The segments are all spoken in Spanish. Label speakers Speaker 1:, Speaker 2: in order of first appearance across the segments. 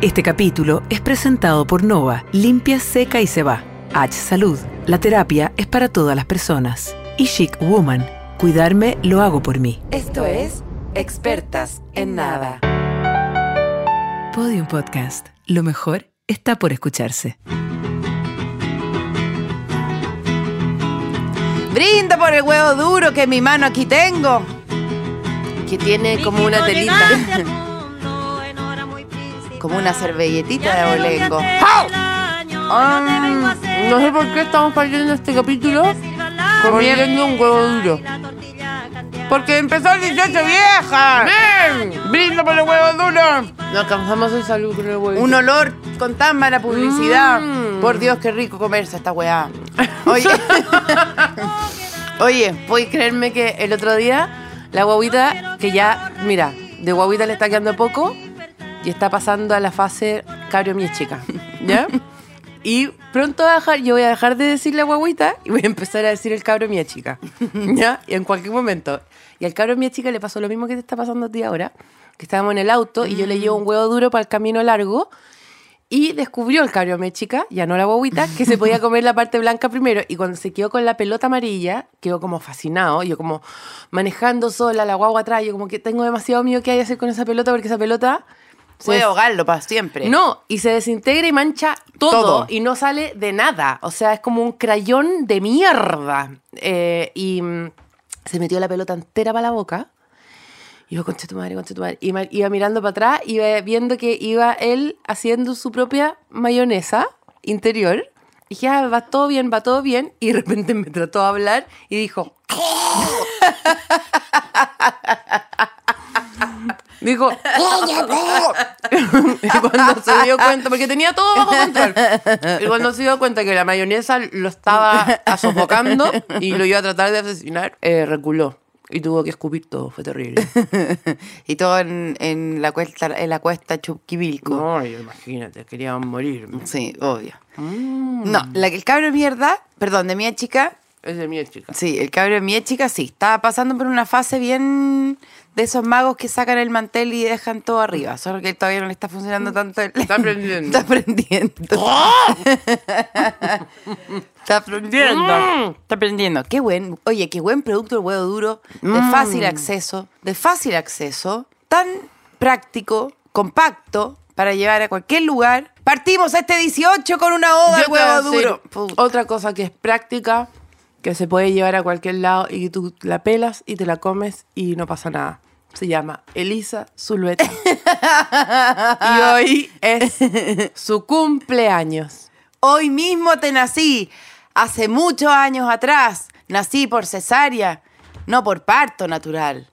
Speaker 1: Este capítulo es presentado por Nova, limpia, seca y se va. H Salud, la terapia es para todas las personas. Y Chic Woman, cuidarme lo hago por mí.
Speaker 2: Esto es Expertas en Nada.
Speaker 1: Podium Podcast, lo mejor está por escucharse.
Speaker 2: Brindo por el huevo duro que en mi mano aquí tengo. Que tiene como una telita, como una servilletita de bolengo.
Speaker 3: Ah, no sé por qué estamos partiendo este capítulo comiendo un huevo duro.
Speaker 2: Porque empezó el 18 vieja.
Speaker 3: ¡Bien!
Speaker 2: Brindo por el huevo duro.
Speaker 3: No alcanzamos el salud con el huevo.
Speaker 2: Un olor con tan mala publicidad.
Speaker 3: Mm.
Speaker 2: Por Dios, qué rico comerse esta weá. Oye,
Speaker 3: Oye, ¿puedes creerme que el otro día la guaguita, que ya, mira, de guaguita le está quedando poco y está pasando a la fase cabrio mi chica, ¿ya? Y pronto va a dejar, yo voy a dejar de decir la guaguita y voy a empezar a decir el cabro mi chica, ¿ya? Y en cualquier momento. Y al cabro mi chica le pasó lo mismo que te está pasando a ti ahora, que estábamos en el auto y yo le llevo un huevo duro para el camino largo y descubrió el cabrio mi chica, ya no la guaguita, que se podía comer la parte blanca primero. Y cuando se quedó con la pelota amarilla, quedó como fascinado. Yo como manejando sola, la guagua atrás, yo como que tengo demasiado miedo que hay que hacer con esa pelota porque esa pelota... se
Speaker 2: puede
Speaker 3: des-
Speaker 2: ahogarlo para siempre.
Speaker 3: No, y se desintegra y mancha todo,
Speaker 2: Todo.
Speaker 3: y no sale de nada. O sea, es como un crayón de mierda. Eh, y mm, se metió la pelota entera para la boca. Y yo, concha tu madre, concha tu madre. Y ma- iba mirando para atrás, iba viendo que iba él haciendo su propia mayonesa interior. Y dije, ah, va todo bien, va todo bien. Y de repente me trató de hablar y dijo... Dijo, y cuando se dio cuenta, porque tenía todo bajo control. Y cuando se dio cuenta que la mayonesa lo estaba sofocando y lo iba a tratar de asesinar, eh, reculó. Y tuvo que escupir todo, fue terrible.
Speaker 2: Y todo en, en la cuesta, en la cuesta Chuquivilco.
Speaker 3: No, imagínate, querían morirme.
Speaker 2: Sí, obvio.
Speaker 3: Mm.
Speaker 2: No, la, el cabro de mierda, perdón, de mía chica,
Speaker 3: Es de mi chica.
Speaker 2: sí, el cabro de mía chica sí, estaba pasando por una fase bien de esos magos que sacan el mantel y dejan todo arriba, solo que todavía no le está funcionando tanto el...
Speaker 3: Mm. Está aprendiendo. ¡Ah!
Speaker 2: Está aprendiendo. está aprendiendo.
Speaker 3: Mm.
Speaker 2: Está aprendiendo. Qué buen, oye, qué buen producto el huevo duro, de
Speaker 3: Mm.
Speaker 2: fácil acceso, de fácil acceso, tan práctico, compacto, para llevar a cualquier lugar. Partimos este 18 con una oda al
Speaker 3: Yo te voy a
Speaker 2: huevo
Speaker 3: decir
Speaker 2: duro. Puta.
Speaker 3: Otra cosa que es práctica, que se puede llevar a cualquier lado y que tú la pelas y te la comes y no pasa nada. Se llama Elisa Zulueta. y hoy es su cumpleaños.
Speaker 2: Hoy mismo te nací, hace muchos años atrás, nací por cesárea, no por parto natural.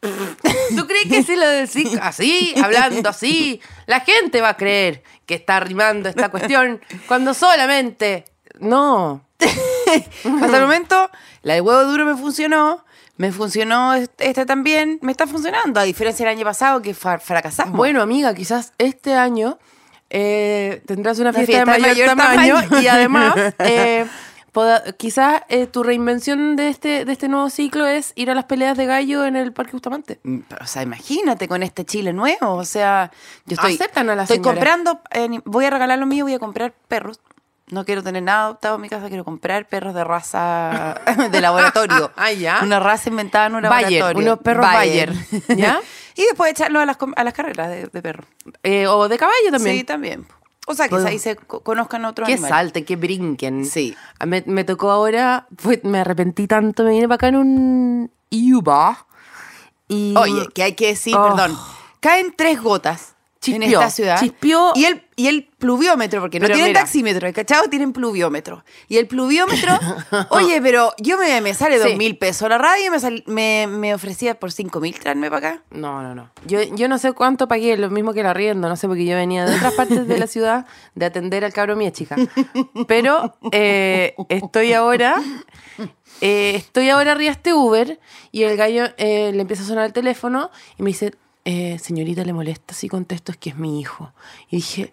Speaker 3: ¿Tú crees que si lo decís así, hablando así, la gente va a creer que está rimando esta cuestión cuando solamente... No.
Speaker 2: Hasta el momento, la de huevo duro me funcionó. Me funcionó este este también. Me está funcionando, a diferencia del año pasado que fa- fracasamos.
Speaker 3: Bueno, amiga, quizás este año eh, tendrás una fiesta, de mayor, tamaño,
Speaker 2: tamaño.
Speaker 3: y además eh, poda- quizás eh, tu reinvención de este, de este nuevo ciclo es ir a las peleas de gallo en el Parque Bustamante.
Speaker 2: Mm, pero, o sea, imagínate con este chile nuevo. O sea, yo estoy.
Speaker 3: Aceptan a la
Speaker 2: Estoy
Speaker 3: señora.
Speaker 2: comprando. eh, ni- voy a regalar lo mío, voy a comprar perros. No quiero tener nada adoptado en mi casa, quiero comprar perros de raza de laboratorio.
Speaker 3: Ah, ya.
Speaker 2: Una raza inventada en un
Speaker 3: Bayer,
Speaker 2: laboratorio.
Speaker 3: unos perros Bayer, ¿ya?
Speaker 2: y después echarlo a las, com- a las carreras de, de perro.
Speaker 3: Eh, o de caballo también.
Speaker 2: Sí, también. O sea, que
Speaker 3: Puedo.
Speaker 2: ahí se co- conozcan otros
Speaker 3: Que
Speaker 2: animales.
Speaker 3: salten, que brinquen.
Speaker 2: Sí.
Speaker 3: Ah, Me, me tocó ahora, fue- me arrepentí tanto, me vine para acá en un Uber. Y
Speaker 2: Oye, que hay que decir,
Speaker 3: Oh.
Speaker 2: perdón. Caen tres gotas en
Speaker 3: Chispió,
Speaker 2: esta ciudad.
Speaker 3: chispió.
Speaker 2: Y el, y el pluviómetro, porque no
Speaker 3: Pero
Speaker 2: tienen
Speaker 3: mira.
Speaker 2: taxímetro, ¿cachado? Tienen pluviómetro. Y el pluviómetro, oye, pero yo me, me sale
Speaker 3: Sí.
Speaker 2: dos mil pesos la radio y me, sal- me, me ofrecía por cinco mil traerme para acá.
Speaker 3: No, no, no. Yo, yo no sé cuánto pagué, lo mismo que el arriendo, no sé, porque yo venía de otras partes de la ciudad de atender al cabro mía, chica. Pero eh, estoy ahora, eh, estoy ahora arriba de este Uber y el gallo eh, le empieza a sonar el teléfono y me dice, eh, señorita, ¿le molesta si contesto? Es que es mi hijo. Y dije,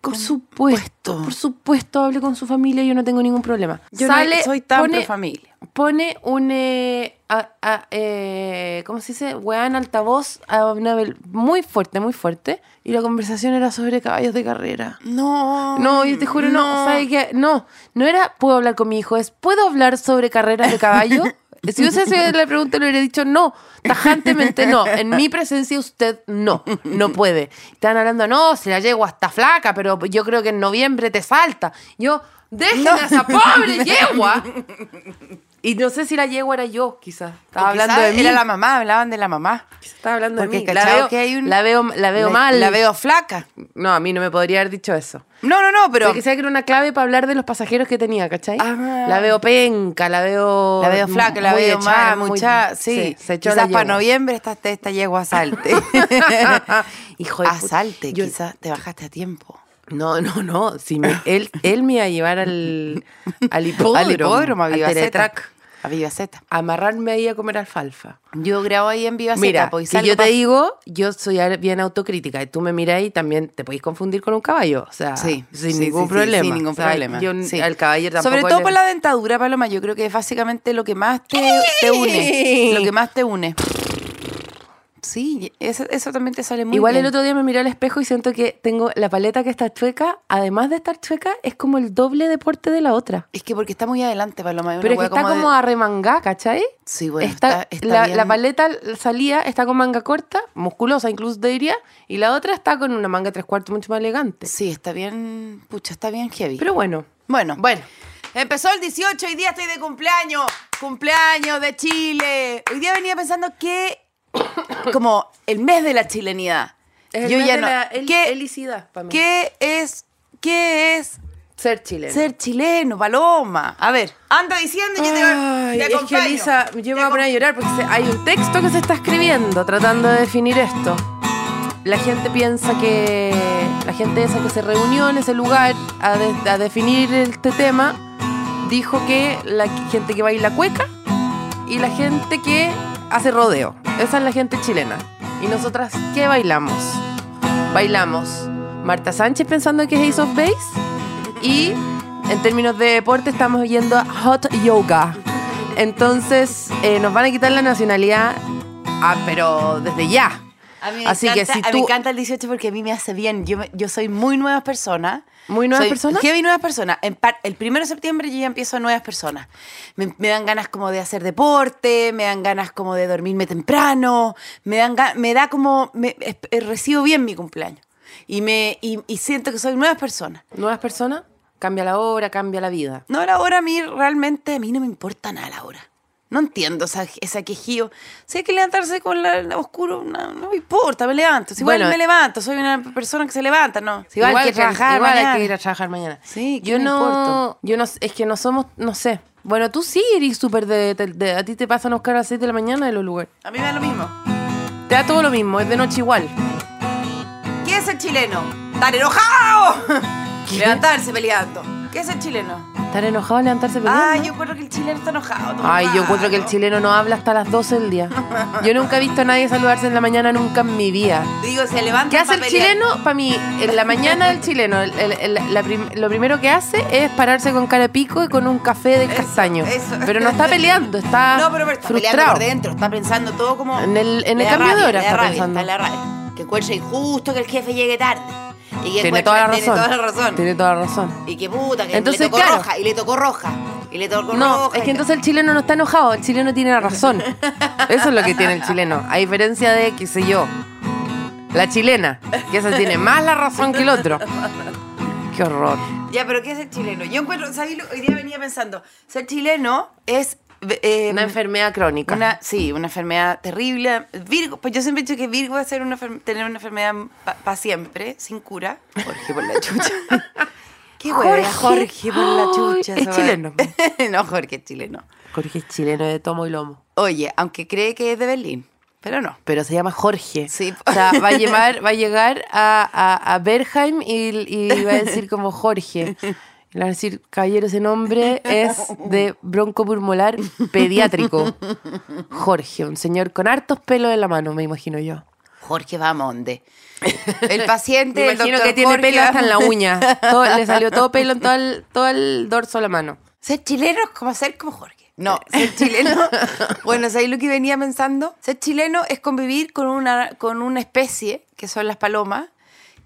Speaker 3: Por supuesto, por supuesto, hable con su familia, yo no tengo ningún problema.
Speaker 2: Yo no
Speaker 3: Sale,
Speaker 2: soy tan
Speaker 3: pone,
Speaker 2: pro familia.
Speaker 3: pone un, eh, a- a- eh, ¿cómo se dice? Weá en altavoz a una vel- muy fuerte, muy fuerte. Y la conversación era sobre caballos de carrera.
Speaker 2: No.
Speaker 3: No, yo te juro, no. ¿sabe qué? No, no era puedo hablar con mi hijo, es puedo hablar sobre carreras de caballo. Si yo hubiese sido la pregunta, le hubiera dicho no, tajantemente no. En mi presencia, usted no, no puede. Están hablando, no, si la yegua está flaca, pero yo creo que en noviembre te salta. Yo, déjenme a esa pobre yegua. Y no sé si la yegua era yo, quizás. Estaba
Speaker 2: O
Speaker 3: hablando
Speaker 2: quizás
Speaker 3: de mí.
Speaker 2: Era la mamá, hablaban de la mamá.
Speaker 3: Quizás Estaba hablando
Speaker 2: Porque
Speaker 3: de mí. La
Speaker 2: cachado
Speaker 3: veo,
Speaker 2: que hay un-
Speaker 3: la veo, la veo
Speaker 2: La-
Speaker 3: mal.
Speaker 2: La veo flaca.
Speaker 3: No, a mí no me podría haber dicho eso.
Speaker 2: No, no, no, pero.
Speaker 3: Porque sabía que era una clave para hablar de los pasajeros que tenía, ¿cachai?
Speaker 2: Ah.
Speaker 3: la veo penca, la veo.
Speaker 2: La veo flaca, la
Speaker 3: muy
Speaker 2: veo
Speaker 3: echada,
Speaker 2: mal,
Speaker 3: muy-
Speaker 2: mucha. Sí,
Speaker 3: se echó
Speaker 2: quizás
Speaker 3: la
Speaker 2: para
Speaker 3: yegua.
Speaker 2: noviembre esta, esta yegua salte.
Speaker 3: Hijo de puta.
Speaker 2: Asalte,
Speaker 3: Yo-
Speaker 2: quizás te bajaste a tiempo.
Speaker 3: No, no, no. Si me- él, él me iba a llevar al, al hipódromo.
Speaker 2: Al hipódromo, a
Speaker 3: al
Speaker 2: Viva Zeta.
Speaker 3: Teletrack,
Speaker 2: A Viva Zeta.
Speaker 3: a Amarrarme ahí a comer alfalfa.
Speaker 2: Yo grabo ahí en Viva
Speaker 3: Mira,
Speaker 2: Zeta, pues, y
Speaker 3: si
Speaker 2: salgo
Speaker 3: yo te
Speaker 2: pa-
Speaker 3: digo, yo soy ar- bien autocrítica y tú me miras y también te podéis confundir con un caballo. O sea,
Speaker 2: Ah, Sí,
Speaker 3: sin
Speaker 2: sí,
Speaker 3: ningún
Speaker 2: sí, sí,
Speaker 3: problema.
Speaker 2: sin ningún
Speaker 3: O sea,
Speaker 2: problema.
Speaker 3: Yo
Speaker 2: Sí.
Speaker 3: al caballo tampoco.
Speaker 2: Sobre todo
Speaker 3: le-
Speaker 2: por la dentadura, Paloma, yo creo que es básicamente lo que más te, te une. Lo que más te une. Sí, eso, eso también te sale muy
Speaker 3: Igual
Speaker 2: bien.
Speaker 3: el otro día me miré al espejo y siento que tengo la paleta que está chueca, además de estar chueca, es como el doble deporte de la otra.
Speaker 2: Es que porque está muy adelante, Paloma. es una
Speaker 3: Pero es que
Speaker 2: hueá
Speaker 3: está
Speaker 2: de-
Speaker 3: como arremangada, ¿cachai?
Speaker 2: Sí, bueno,
Speaker 3: Está-
Speaker 2: está- está
Speaker 3: la,
Speaker 2: bien.
Speaker 3: la paleta salía, está con manga corta, musculosa incluso te diría, y la otra está con una manga tres cuartos mucho más elegante.
Speaker 2: Sí, está bien... Pucha, está bien heavy.
Speaker 3: Pero bueno,
Speaker 2: bueno,
Speaker 3: bueno.
Speaker 2: Empezó el 18, hoy día estoy de cumpleaños. Cumpleaños de Chile. Hoy día venía pensando que... Como el mes de la chilenidad.
Speaker 3: Es el
Speaker 2: Yo
Speaker 3: mes
Speaker 2: ya
Speaker 3: de
Speaker 2: no-
Speaker 3: la el-
Speaker 2: ¿Qué-
Speaker 3: elicidad para mí.
Speaker 2: ¿Qué es... ¿Qué es
Speaker 3: Ser chileno.
Speaker 2: Ser chileno, Paloma. A ver, anda diciendo y yo te,
Speaker 3: Ay,
Speaker 2: te
Speaker 3: es que
Speaker 2: acompaño.
Speaker 3: Elisa, yo me voy a poner a llorar porque se- hay un texto que se está escribiendo tratando de definir esto. La gente piensa que la gente esa que se reunió en ese lugar a, de- a definir este tema dijo que la gente que baila cueca y la gente que hace rodeo. Esa es la gente chilena. ¿Y nosotras qué bailamos? Bailamos Marta Sánchez pensando que es Ace of Base y en términos de deporte estamos yendo a Hot Yoga. Entonces eh, nos van a quitar la nacionalidad, ah, pero desde ya.
Speaker 2: A mí me
Speaker 3: Así
Speaker 2: encanta,
Speaker 3: que si
Speaker 2: a mí
Speaker 3: tú-
Speaker 2: me encanta el 18 porque a mí me hace bien. Yo, me- yo soy muy nuevas personas.
Speaker 3: ¿Muy nuevas
Speaker 2: Soy
Speaker 3: personas?
Speaker 2: Heavy nuevas personas. En par- el primero de septiembre yo ya empiezo nuevas personas. Me, me dan ganas como de hacer deporte, me dan ganas como de dormirme temprano, me dan ga- me da como me- es- eh, recibo bien mi cumpleaños y me y, y siento que soy nuevas personas.
Speaker 3: Nuevas personas, cambia la hora, cambia la vida.
Speaker 2: No, la hora a mí realmente, a mí no me importa nada la hora. No entiendo esa, esa quejío. Si hay que levantarse con la, la oscuro, no, no me importa, me levanto. Si igual
Speaker 3: Bueno,
Speaker 2: me levanto, soy una persona que se levanta, ¿no? Si igual, hay que trabajar,
Speaker 3: igual hay
Speaker 2: mañana.
Speaker 3: que ir a trabajar mañana.
Speaker 2: Sí, ¿qué
Speaker 3: yo
Speaker 2: me
Speaker 3: no,
Speaker 2: importa?
Speaker 3: yo no, es que no somos, no sé. Bueno, tú sí eres súper de, de- de- a ti te pasan a buscar a las 6 de la mañana de los lugares.
Speaker 2: A mí me da lo mismo.
Speaker 3: Te da todo lo mismo, es de noche igual.
Speaker 2: ¿Qué es el chileno? ¡Tan enojado! Levantarse peleando. ¿Qué es el chileno?
Speaker 3: Estar enojado, levantarse peleando.
Speaker 2: Ah, yo encuentro que el chileno está enojado. todo
Speaker 3: Ay, yo
Speaker 2: enojado.
Speaker 3: encuentro que el chileno no habla hasta las 12 del día. Yo nunca he visto a nadie saludarse en la mañana, nunca en mi vida.
Speaker 2: Digo, se levanta
Speaker 3: ¿Qué hace
Speaker 2: pa'
Speaker 3: el
Speaker 2: pelear.
Speaker 3: chileno? Para mí, en la mañana del chileno, el- el- el- la prim- lo primero que hace es pararse con cara de pico y con un café de
Speaker 2: Eso,
Speaker 3: castaño.
Speaker 2: eso.
Speaker 3: Pero no está peleando, está,
Speaker 2: No, pero, pero está peleando
Speaker 3: Ah, frustrado.
Speaker 2: por dentro, está pensando todo como.
Speaker 3: En el- en
Speaker 2: Le
Speaker 3: el
Speaker 2: da
Speaker 3: cambio de
Speaker 2: rabia, le
Speaker 3: hora
Speaker 2: da
Speaker 3: está
Speaker 2: rabia,
Speaker 3: pensando.
Speaker 2: en la rabia. Que encuentra injusto que el jefe llegue tarde. Y que
Speaker 3: Tiene
Speaker 2: encuentra-
Speaker 3: toda la razón.
Speaker 2: Tiene toda la razón.
Speaker 3: Tiene toda la razón.
Speaker 2: Y que puta, que
Speaker 3: Entonces,
Speaker 2: le tocó
Speaker 3: claro.
Speaker 2: roja. Y le tocó roja. Y le tocó
Speaker 3: No,
Speaker 2: roja. y
Speaker 3: es que
Speaker 2: la-
Speaker 3: entonces el chileno no está enojado, el chileno tiene la razón. Eso es lo que tiene el chileno. A diferencia de, qué sé yo, la chilena, que esa tiene más la razón que el otro. Qué horror.
Speaker 2: Ya, pero ¿qué es el chileno? Yo encuentro, ¿sabes? Hoy día venía pensando, ser chileno es. eh,
Speaker 3: Una enfermedad crónica.
Speaker 2: Una, sí, una enfermedad terrible. Virgo, pues yo siempre he dicho que Virgo es ser una enfer- tener una enfermedad para siempre, sin cura. Jorge por la chucha. Qué hueá,
Speaker 3: Jorge.
Speaker 2: Jorge por la chucha.
Speaker 3: Ay, es
Speaker 2: esa
Speaker 3: chileno.
Speaker 2: hueá. no, Jorge es chileno.
Speaker 3: Jorge es chileno de tomo y lomo.
Speaker 2: Oye, aunque cree que es de Berlín, pero no.
Speaker 3: Pero se llama Jorge.
Speaker 2: Sí.
Speaker 3: O sea, va a, llevar, va a llegar a, a, a Berheim y, y va a decir como Jorge. Y Le van a decir, caballero, ese nombre es de broncopulmonar pediátrico. Jorge, un señor con hartos pelos en la mano, me imagino yo.
Speaker 2: Jorge Bamonde. El paciente,
Speaker 3: Me
Speaker 2: el
Speaker 3: imagino
Speaker 2: doctor
Speaker 3: que tiene
Speaker 2: Jorge
Speaker 3: pelo hasta en la
Speaker 2: Bamonde.
Speaker 3: uña. Todo- le salió todo pelo en todo el, todo el dorso de la mano.
Speaker 2: Ser chileno es como ser como Jorge. No, ser chileno. bueno, ¿sabéis lo que venía pensando? Ser chileno es convivir con una, con una especie, que son las palomas,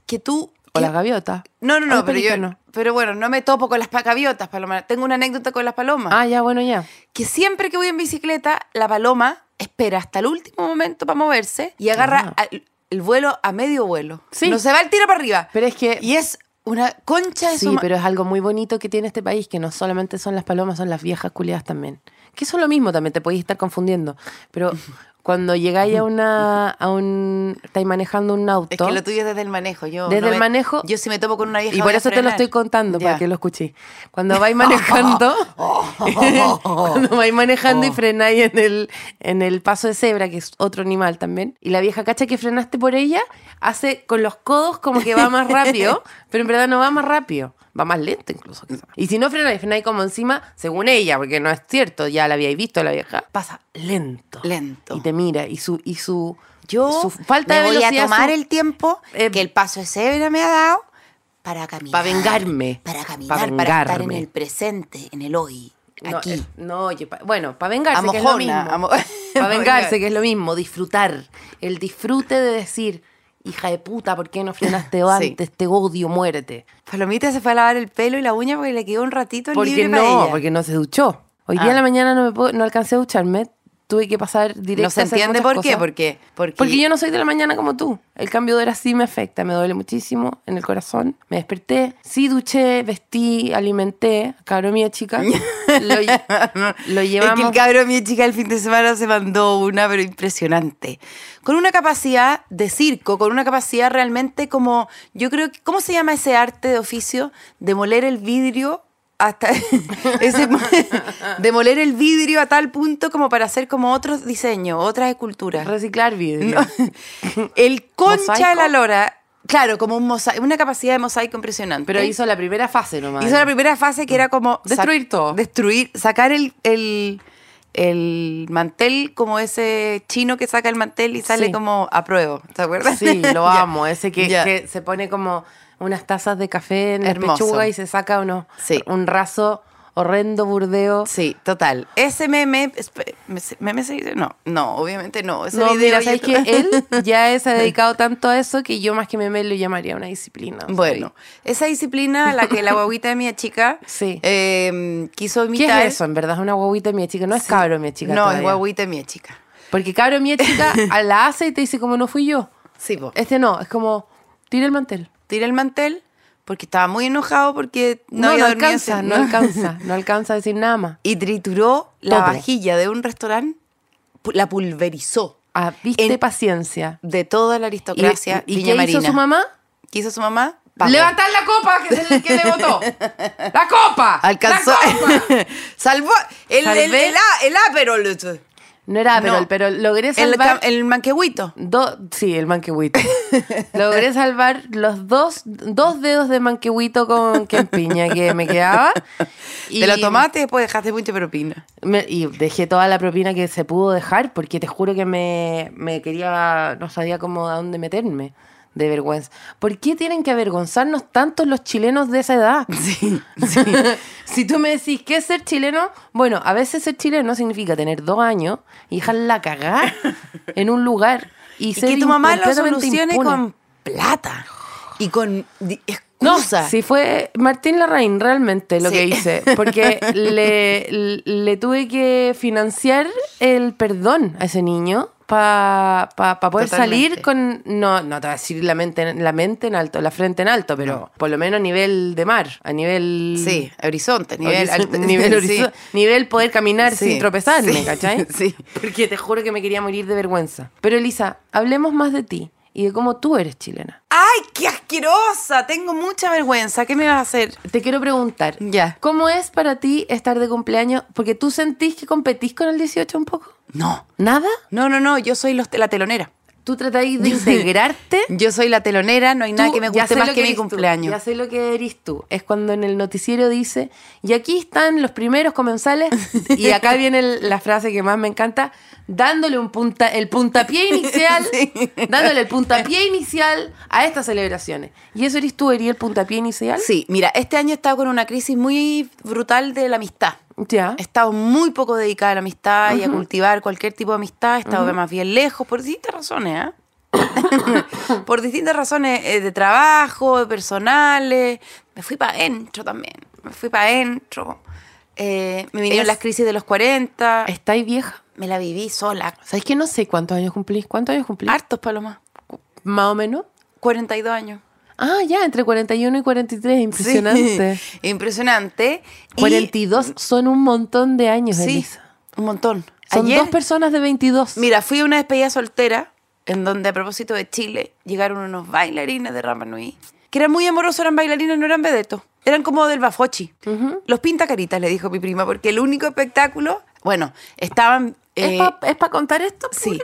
Speaker 2: que tú.
Speaker 3: O
Speaker 2: que-
Speaker 3: las Ah, gaviotas.
Speaker 2: No, no,
Speaker 3: O
Speaker 2: no,
Speaker 3: los
Speaker 2: pero yo.
Speaker 3: pelícanos.
Speaker 2: Pero bueno, no me topo con las pa- gaviotas, palomas. Tengo una anécdota con las palomas.
Speaker 3: Ah, ya, bueno, ya.
Speaker 2: Que siempre que voy en bicicleta, la paloma espera hasta el último momento para moverse y agarra
Speaker 3: Ah.
Speaker 2: al- el vuelo a medio vuelo.
Speaker 3: Sí.
Speaker 2: No se va el tiro para arriba.
Speaker 3: Pero es que.
Speaker 2: y es una concha de su
Speaker 3: Sí,
Speaker 2: ma-
Speaker 3: pero es algo muy bonito que tiene este país, que no solamente son las palomas, son las viejas culiadas también. Que son lo mismo también, te podéis estar confundiendo. Pero cuando llegáis a una. a un. estáis manejando un auto.
Speaker 2: Es que lo tuyo es desde el manejo. Yo
Speaker 3: Desde
Speaker 2: no
Speaker 3: el
Speaker 2: me-
Speaker 3: manejo.
Speaker 2: Yo si me topo con una vieja.
Speaker 3: y
Speaker 2: voy
Speaker 3: por
Speaker 2: a
Speaker 3: eso te lo
Speaker 2: frenar.
Speaker 3: estoy contando, para
Speaker 2: Ya.
Speaker 3: que lo escuchéis. Cuando vais manejando, cuando vais manejando
Speaker 2: Oh.
Speaker 3: y frenáis en el, en el paso de cebra, que es otro animal también, y la vieja cacha que frenaste por ella, hace con los codos como que va más rápido, pero en verdad no va más rápido, va más lento incluso. quizá. Y si no frenáis, frenáis como encima, según ella, porque no es cierto, ya la habíais visto a la vieja, pasa lento.
Speaker 2: Lento.
Speaker 3: Y te mira, y su, y su,
Speaker 2: Yo
Speaker 3: su falta
Speaker 2: me
Speaker 3: de
Speaker 2: voy
Speaker 3: velocidad,
Speaker 2: a tomar
Speaker 3: su-
Speaker 2: el tiempo
Speaker 3: eh,
Speaker 2: que el paso de cebra me ha dado para caminar.
Speaker 3: Para vengarme.
Speaker 2: Para caminar, para, estar en
Speaker 3: vengarme.
Speaker 2: el presente, en el hoy,
Speaker 3: No,
Speaker 2: aquí.
Speaker 3: eh, No, oye, pa- bueno, para vengarse,
Speaker 2: A
Speaker 3: que es lo
Speaker 2: mojona, a
Speaker 3: mismo.
Speaker 2: mo-
Speaker 3: Para vengarse, que es lo mismo, disfrutar. El disfrute de decir, hija de puta, ¿por qué no frenaste antes? Te odio, muérete.
Speaker 2: Palomita se fue a lavar el pelo y la uña porque le quedó un ratito
Speaker 3: Porque
Speaker 2: libre para
Speaker 3: no,
Speaker 2: ella.
Speaker 3: porque no se duchó. Hoy día
Speaker 2: Ah.
Speaker 3: en la mañana no, me puedo- no alcancé a ducharme, tuve que pasar directo.
Speaker 2: no se
Speaker 3: a hacer
Speaker 2: entiende
Speaker 3: muchas
Speaker 2: por qué,
Speaker 3: cosas.
Speaker 2: porque, porque,
Speaker 3: Porque yo no soy de la mañana como tú. El cambio de hora sí me afecta, me duele muchísimo en el corazón. Me desperté, sí duché, vestí, alimenté, cabrón mía chica. Lo, lo
Speaker 2: Es que
Speaker 3: llevamos.
Speaker 2: el cabrón, mi chica, el fin de semana se mandó una, pero impresionante. Con una capacidad de circo, con una capacidad realmente como, yo creo que, ¿cómo se llama ese arte de oficio? Demoler el vidrio hasta ese, demoler el vidrio a tal punto como para hacer como otros diseños, otras esculturas.
Speaker 3: Reciclar vidrio.
Speaker 2: El concha de
Speaker 3: ¿Mosaico?
Speaker 2: la lora, claro, como un mosaico, una capacidad de mosaico impresionante.
Speaker 3: Pero hizo la primera fase nomás.
Speaker 2: Eh. Hizo la primera fase que era como... sac-
Speaker 3: Destruir todo.
Speaker 2: Destruir, sacar el, el, el mantel como ese chino que saca el mantel y sale
Speaker 3: Sí.
Speaker 2: como a prueba, ¿te acuerdas?
Speaker 3: Sí, lo
Speaker 2: Ya.
Speaker 3: amo. Ese que,
Speaker 2: Ya.
Speaker 3: que se pone como unas tazas de café en la
Speaker 2: Hermoso.
Speaker 3: pechuga y se saca uno,
Speaker 2: Sí.
Speaker 3: un raso horrendo burdeo.
Speaker 2: Sí, total. Ese meme... espe- ¿Meme se dice? No, no, obviamente no. Ese
Speaker 3: No,
Speaker 2: video
Speaker 3: mira,
Speaker 2: yo-
Speaker 3: ¿sabes que Él ya se ha dedicado tanto a eso que yo más que meme lo llamaría una disciplina. o sea,
Speaker 2: Bueno, esa disciplina a la que la guaguita de mi chica
Speaker 3: Sí.
Speaker 2: eh, quiso
Speaker 3: ¿Qué
Speaker 2: imitar...
Speaker 3: es eso? En verdad es una guaguita mía chica. No es cabro mía chica
Speaker 2: No,
Speaker 3: todavía.
Speaker 2: es guaguita de mi chica.
Speaker 3: Porque cabro mía chica a la hace y te dice como no fui yo.
Speaker 2: Sí, po.
Speaker 3: Este no, es como tira el mantel.
Speaker 2: Tira el mantel porque estaba muy enojado porque no,
Speaker 3: No, no,
Speaker 2: había dormido
Speaker 3: alcanza,
Speaker 2: ese-
Speaker 3: no alcanza, no alcanza a decir nada más.
Speaker 2: y trituró la
Speaker 3: Todo.
Speaker 2: vajilla de un restaurante, pu- la pulverizó
Speaker 3: Ah, viste
Speaker 2: En-
Speaker 3: paciencia.
Speaker 2: de toda la
Speaker 3: Y-
Speaker 2: aristocracia
Speaker 3: ¿Y,
Speaker 2: viñamarina.
Speaker 3: qué hizo su mamá?
Speaker 2: ¿Qué hizo su mamá? Pagó.
Speaker 3: Levantar la copa que, se, que le botó. ¡La copa!
Speaker 2: Alcanzó.
Speaker 3: ¡La copa!
Speaker 2: Salvó el, el, el,
Speaker 3: Salvé.
Speaker 2: a- el Aperol.
Speaker 3: No era Aperol,
Speaker 2: No.
Speaker 3: pero logré
Speaker 2: El,
Speaker 3: salvar...
Speaker 2: ca- el manquehuito.
Speaker 3: do- sí, el manquehuito. logré salvar los dos, dos dedos de manquehuito con que piña que me quedaba.
Speaker 2: Te lo tomaste y después dejaste mucha propina.
Speaker 3: Me- y dejé toda la propina que se pudo dejar porque te juro que me, me quería, no sabía cómo a dónde meterme de vergüenza. ¿Por qué tienen que avergonzarnos tantos los chilenos de esa edad?
Speaker 2: Sí.
Speaker 3: si tú me decís, ¿qué es ser chileno? Bueno, a veces ser chileno significa tener dos años y dejarla cagar en un lugar y,
Speaker 2: Y
Speaker 3: ser
Speaker 2: que tu mamá lo
Speaker 3: completamente
Speaker 2: solucione
Speaker 3: impune.
Speaker 2: con plata y con di-
Speaker 3: No,
Speaker 2: excusa.
Speaker 3: sí fue Martín Larraín realmente lo
Speaker 2: Sí.
Speaker 3: que hice, porque le, le- le tuve que financiar el perdón a ese niño para poder
Speaker 2: Totalmente.
Speaker 3: salir con, no, no te voy a decir la mente, en- la mente en alto, la frente en alto, pero por lo menos a nivel de mar, a nivel...
Speaker 2: Sí, horizonte, nivel
Speaker 3: horizo-
Speaker 2: alto.
Speaker 3: nivel,
Speaker 2: Sí.
Speaker 3: horizo- nivel poder caminar
Speaker 2: Sí,
Speaker 3: sin tropezarme,
Speaker 2: sí,
Speaker 3: ¿cachai?
Speaker 2: sí.
Speaker 3: Porque te juro que me quería morir de vergüenza. Pero Elisa, hablemos más de ti y de cómo tú eres chilena.
Speaker 2: ¡Ay, qué asquerosa! Tengo mucha vergüenza. ¿Qué me vas a hacer?
Speaker 3: Te quiero preguntar,
Speaker 2: Ya.
Speaker 3: ¿cómo es para ti estar de cumpleaños? Porque tú sentís que competís con el 18 un poco.
Speaker 2: No.
Speaker 3: ¿Nada?
Speaker 2: No, no, no. Yo soy los- la telonera.
Speaker 3: tú tratáis de integrarte.
Speaker 2: Yo soy la telonera, no hay nada
Speaker 3: Tú
Speaker 2: que me
Speaker 3: ya sé
Speaker 2: guste más
Speaker 3: lo
Speaker 2: que, mi
Speaker 3: eres tú,
Speaker 2: cumpleaños.
Speaker 3: ya sé lo que eres tú. Es cuando en el noticiero dice, y aquí están los primeros comensales, y acá viene el- la frase que más me encanta, dándole un punta, el puntapié inicial, dándole el puntapié inicial a estas celebraciones. ¿Y eso eres tú, eres el puntapié inicial?
Speaker 2: Sí, mira, este año he estado con una crisis muy brutal de la amistad.
Speaker 3: Ya.
Speaker 2: He estado muy poco dedicada a la amistad y a cultivar cualquier tipo de amistad. He estado más bien lejos por distintas razones, ¿ah? por distintas razones eh, de trabajo, de personales. Me fui para adentro también. Me fui para adentro. Eh, me vinieron
Speaker 3: Es-
Speaker 2: las crisis de los 40.
Speaker 3: ¿Estáis vieja?
Speaker 2: Me la viví sola.
Speaker 3: ¿Sabes que no sé cuántos años cumplís? ¿Cuántos años cumplís?
Speaker 2: Hartos, Paloma.
Speaker 3: Más o menos.
Speaker 2: 42 años.
Speaker 3: Ah, ya, entre 41 y 43, impresionante.
Speaker 2: Sí. Impresionante. Y-
Speaker 3: 42 son un montón de años,
Speaker 2: Sí,
Speaker 3: Elisa.
Speaker 2: un montón.
Speaker 3: Son
Speaker 2: Ayer-
Speaker 3: dos personas de 22.
Speaker 2: Mira, fui a una despedida soltera en donde a propósito de Chile llegaron unos bailarines de Rama Nui que eran muy amorosos, eran bailarines, no eran vedetos. Eran como del Bafochi. Los pintacaritas, le dijo mi prima, porque el único espectáculo, bueno, estaban... eh,
Speaker 3: ¿Es para contar esto?
Speaker 2: sí.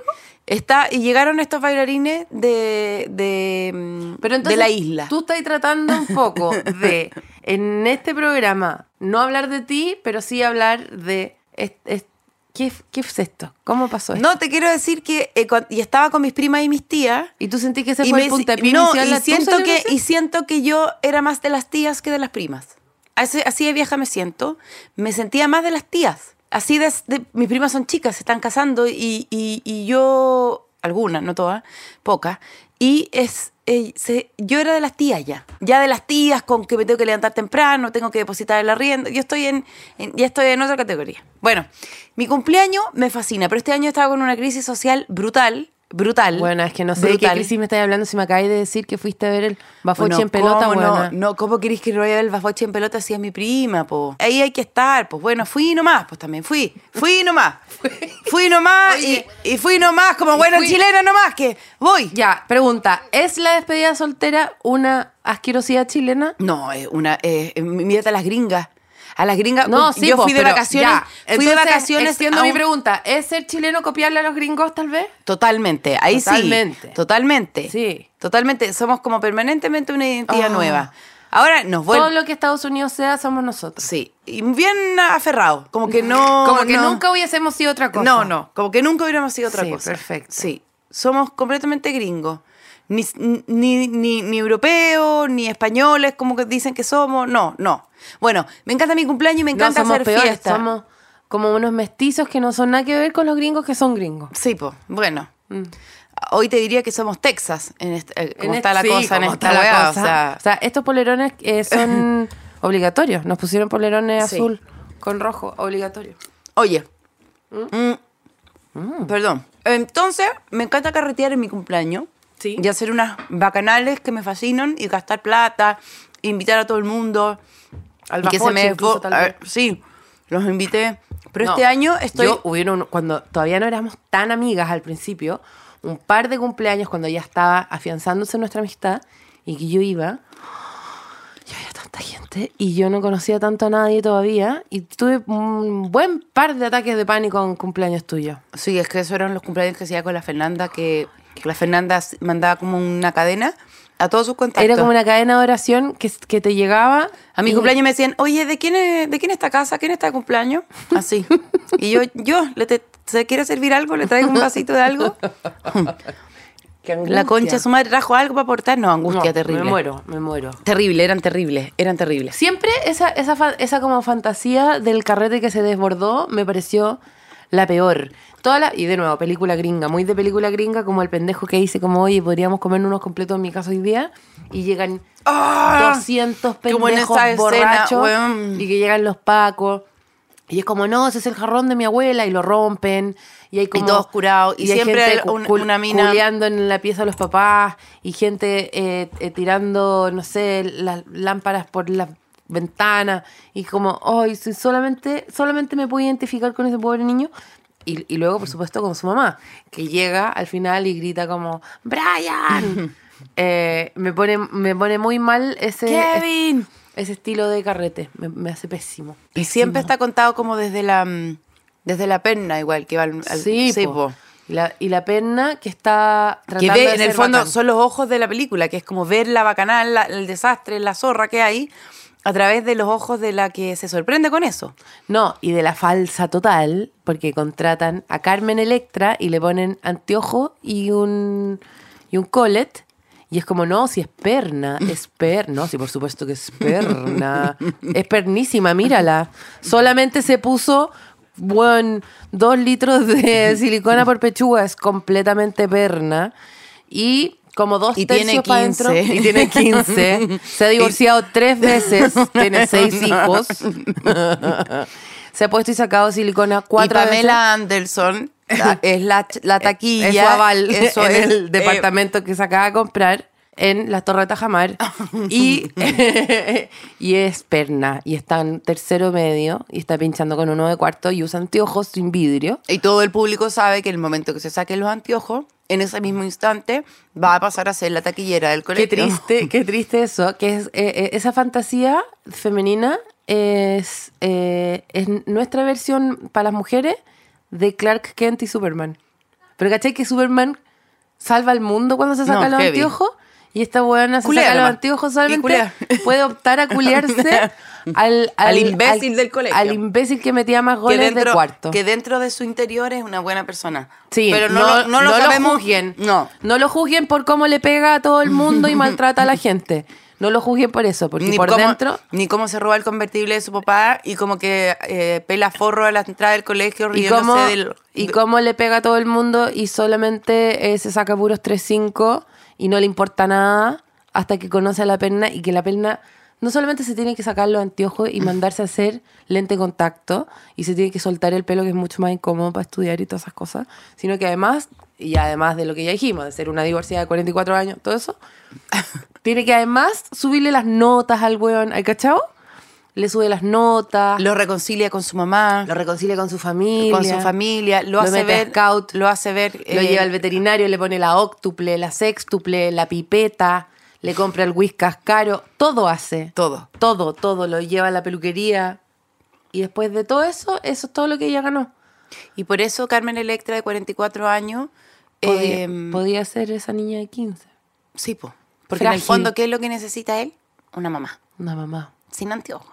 Speaker 2: Está, y llegaron estos bailarines de, de, mm, de la isla.
Speaker 3: Tú estás tratando un poco de, en este programa, no hablar de ti, pero sí hablar de. es- es- ¿qué, ¿Qué es esto? ¿Cómo pasó esto?
Speaker 2: No, te quiero decir que eh, cuan- y estaba con mis primas y mis tías
Speaker 3: ¿Y tú sentís que ese
Speaker 2: y
Speaker 3: fue
Speaker 2: me
Speaker 3: el
Speaker 2: si-
Speaker 3: puntapié
Speaker 2: no,
Speaker 3: inicial a
Speaker 2: y
Speaker 3: tu
Speaker 2: siento que
Speaker 3: celebración?
Speaker 2: y siento que yo era más de las tías que de las primas así, así de vieja me siento me sentía más de las tías así de, de- mis primas son chicas se están casando y, y- y yo algunas no todas pocas y es eh, se- yo era de las tías ya ya de las tías con que me tengo que levantar temprano tengo que depositar el arriendo yo estoy en, en- ya estoy en otra categoría bueno mi cumpleaños me fascina pero este año estaba con una crisis social brutal brutal
Speaker 3: Bueno, es que no sé de qué
Speaker 2: brutal.
Speaker 3: crisis me estás hablando si me acabáis de decir que fuiste a ver el Bafochi
Speaker 2: Bueno,
Speaker 3: en pelota,
Speaker 2: ¿cómo
Speaker 3: bueno.
Speaker 2: no, no, ¿cómo querés que no vaya a ver el bafoche en pelota si es mi prima, po? Ahí hay que estar, pues bueno, fui nomás, pues también fui, fui nomás, fui nomás y,
Speaker 3: Oye.
Speaker 2: y fui nomás, como buena
Speaker 3: fui-
Speaker 2: chilena nomás, que voy.
Speaker 3: Ya, pregunta, ¿es la despedida soltera una asquerosidad chilena?
Speaker 2: No, es una, eh, mírate a las gringas, a las gringas,
Speaker 3: No,
Speaker 2: pues,
Speaker 3: sí,
Speaker 2: yo
Speaker 3: vos,
Speaker 2: fui de
Speaker 3: pero
Speaker 2: vacaciones,
Speaker 3: ya.
Speaker 2: fui de
Speaker 3: Entonces,
Speaker 2: vacaciones.
Speaker 3: Extiendo
Speaker 2: a
Speaker 3: mi
Speaker 2: un-
Speaker 3: pregunta. ¿Es ser chileno copiarle a los gringos, tal vez?
Speaker 2: Totalmente, ahí
Speaker 3: Totalmente.
Speaker 2: sí. Totalmente.
Speaker 3: Sí.
Speaker 2: Totalmente, somos como permanentemente una identidad
Speaker 3: Ah.
Speaker 2: nueva. Ahora nos vuelve.
Speaker 3: Todo lo que Estados Unidos sea, somos nosotros.
Speaker 2: Sí, y bien aferrado, como que no.
Speaker 3: Como que
Speaker 2: no.
Speaker 3: nunca hubiésemos sido otra cosa.
Speaker 2: No, no, como que nunca hubiéramos sido otra
Speaker 3: Sí,
Speaker 2: cosa.
Speaker 3: perfecto.
Speaker 2: Sí, somos completamente gringos. Ni, ni, ni, ni europeos, ni españoles, como que dicen que somos. No, no. Bueno, me encanta mi cumpleaños y me
Speaker 3: No,
Speaker 2: encanta
Speaker 3: somos
Speaker 2: hacer
Speaker 3: peores,
Speaker 2: fiesta.
Speaker 3: Somos como unos mestizos que no son nada que ver con los gringos que son gringos.
Speaker 2: Sí, pues, bueno. Hoy te diría que somos Texas, en est- eh, como
Speaker 3: Mm. En
Speaker 2: está
Speaker 3: este-
Speaker 2: la
Speaker 3: sí,
Speaker 2: cosa en
Speaker 3: como
Speaker 2: esta
Speaker 3: está la
Speaker 2: weá,
Speaker 3: cosa.
Speaker 2: O sea,
Speaker 3: O sea, estos polerones eh, son obligatorios. Nos pusieron polerones
Speaker 2: Sí.
Speaker 3: azul con rojo, obligatorio.
Speaker 2: Oye. Mm. Perdón. Entonces, me encanta carretear en mi cumpleaños.
Speaker 3: Sí.
Speaker 2: Y hacer unas bacanales que me fascinan y gastar plata, invitar a todo el mundo.
Speaker 3: Al
Speaker 2: y que se
Speaker 3: Bajoche
Speaker 2: me
Speaker 3: incluso,
Speaker 2: desbo-
Speaker 3: tal vez.
Speaker 2: eh, Sí, los invité. Pero
Speaker 3: No,
Speaker 2: este año estoy.
Speaker 3: Yo hubieron, cuando todavía no éramos tan amigas al principio, un par de cumpleaños cuando ya estaba afianzándose nuestra amistad y que yo iba. Y había tanta gente y yo no conocía tanto a nadie todavía y tuve un buen par de ataques de pánico en cumpleaños tuyos.
Speaker 2: Sí, es que esos eran los cumpleaños que hacía con la Fernanda, que que la Fernanda s- mandaba como una cadena a todos sus contactos.
Speaker 3: Era como una cadena de oración que, que te llegaba.
Speaker 2: A mi
Speaker 3: y-
Speaker 2: cumpleaños me decían, oye, ¿de quién es, de quién es esta casa? ¿Quién está de cumpleaños? Así. Y yo, yo, le te- ¿se quiere servir algo? ¿Le traigo un vasito de algo? La concha de su madre trajo algo para aportar. No, angustia
Speaker 3: No,
Speaker 2: terrible.
Speaker 3: Me muero, me muero.
Speaker 2: Terrible, eran terribles, eran terribles.
Speaker 3: Siempre esa, esa, fa- esa como fantasía del carrete que se desbordó me pareció la peor. Toda la, y de nuevo, película gringa, muy de película gringa, como el pendejo que dice como, oye, podríamos comer unos completos en mi casa hoy día, y llegan
Speaker 2: ¡Ah!
Speaker 3: 200
Speaker 2: Como en
Speaker 3: pendejos
Speaker 2: esa escena,
Speaker 3: borrachos,
Speaker 2: weón.
Speaker 3: y que llegan los pacos, y es como, no, ese es el jarrón de mi abuela, y lo rompen, y hay como...
Speaker 2: todos curados, y
Speaker 3: hay
Speaker 2: siempre
Speaker 3: gente
Speaker 2: el- un-
Speaker 3: cul-
Speaker 2: una mina-
Speaker 3: culeando en la pieza de los papás, y gente eh, eh, tirando, no sé, las lámparas por las ventanas, y como, ay, si solamente, solamente me puedo identificar con ese pobre niño. Y, y luego, por supuesto, con su mamá, que llega al final y grita como, ¡Brian! Eh, me, pone, me pone muy mal ese,
Speaker 2: ¡Kevin!
Speaker 3: ese estilo de carrete. Me, me hace pésimo.
Speaker 2: Y siempre está contado como desde la mm, desde la perna igual, que va al... al-
Speaker 3: Sí, po.
Speaker 2: po.
Speaker 3: Y la, y la perna que está
Speaker 2: Que
Speaker 3: tratando
Speaker 2: ve,
Speaker 3: de
Speaker 2: en el
Speaker 3: ser
Speaker 2: fondo
Speaker 3: bacán.
Speaker 2: son los ojos de la película, que es como ver la bacanal, la- el desastre, la zorra que hay, a través de los ojos de la que se sorprende con eso.
Speaker 3: No, y de la falsa total, porque contratan a Carmen Electra y le ponen anteojo y un, y un colet. Y es como, no, si es perna, es perna. No, si por supuesto que es perna. Es pernísima, mírala. Solamente se puso, bueno, dos litros de silicona por pechuga. Es completamente perna. Y como dos
Speaker 2: Y tiene
Speaker 3: tercios para adentro.
Speaker 2: 15.
Speaker 3: Y tiene 15. Se ha divorciado tres veces. Tiene seis hijos. Se ha puesto y sacado silicona cuatro
Speaker 2: y Pamela Anderson la- eh, es la, ch- la taquilla.
Speaker 3: veces. Es su
Speaker 2: eso
Speaker 3: aval en
Speaker 2: es,
Speaker 3: el
Speaker 2: eh,
Speaker 3: departamento que se acaba de comprar en las Torretas Jamar. y, y es perna. Y está en tercero medio y está pinchando con uno de cuarto y usa anteojos sin vidrio.
Speaker 2: Y todo el público sabe que el momento que se saquen los anteojos, en ese mismo instante, va a pasar a ser la taquillera del
Speaker 3: Qué
Speaker 2: colegio.
Speaker 3: triste, qué triste eso. Que es, eh, eh, esa fantasía femenina es, eh, es nuestra versión para las mujeres de Clark Kent y Superman. Pero ¿cachai que Superman salva al mundo cuando se saca
Speaker 2: No,
Speaker 3: los
Speaker 2: heavy.
Speaker 3: anteojos? Y esta buena se
Speaker 2: Culea
Speaker 3: saca los
Speaker 2: nomás.
Speaker 3: anteojos
Speaker 2: Y
Speaker 3: solamente.
Speaker 2: culea.
Speaker 3: Puede optar a culearse al,
Speaker 2: Al imbécil del colegio.
Speaker 3: Al imbécil que metía más
Speaker 2: Que
Speaker 3: goles
Speaker 2: dentro,
Speaker 3: de cuarto.
Speaker 2: que dentro de su interior es una buena persona.
Speaker 3: Sí,
Speaker 2: pero no, lo- no lo sabemos.
Speaker 3: juzguen.
Speaker 2: No.
Speaker 3: No lo juzguen por cómo le pega a todo el mundo y maltrata a la gente. No lo juzguen por eso, porque por
Speaker 2: cómo,
Speaker 3: dentro.
Speaker 2: ni cómo se roba el convertible de su papá y como que eh, pela forro a la entrada del colegio
Speaker 3: Y
Speaker 2: riéndose
Speaker 3: cómo,
Speaker 2: del-
Speaker 3: y
Speaker 2: de-
Speaker 3: cómo le pega a todo el mundo y solamente eh, se saca puros 3-5 y no le importa nada hasta que conoce a la perna y que la perna no solamente se tiene que sacar los anteojos y mandarse a hacer lente de contacto y se tiene que soltar el pelo que es mucho más incómodo para estudiar y todas esas cosas, sino que además, y además de lo que ya dijimos, de ser una divorciada de 44 años, todo eso, tiene que además subirle las notas al weón, ¿al cachao? Le sube las notas,
Speaker 2: lo reconcilia con su mamá,
Speaker 3: lo reconcilia con su familia.
Speaker 2: con su familia, lo,
Speaker 3: lo
Speaker 2: hace
Speaker 3: mete a
Speaker 2: ver,
Speaker 3: scout,
Speaker 2: lo hace ver,
Speaker 3: Lo
Speaker 2: eh,
Speaker 3: lleva al veterinario, le pone la óctuple, la sextuple, la pipeta, le compra el whiskas caro, todo hace.
Speaker 2: todo.
Speaker 3: Todo, todo, lo lleva a la peluquería. Y después de todo eso, eso es todo lo que ella ganó.
Speaker 2: Y por eso Carmen Electra de 44 años,
Speaker 3: Podía,
Speaker 2: em,
Speaker 3: podía ser esa niña de 15,
Speaker 2: sí, po. porque en
Speaker 3: Frágil.
Speaker 2: el fondo qué es lo que necesita él, una mamá
Speaker 3: una mamá.
Speaker 2: sin anteojos.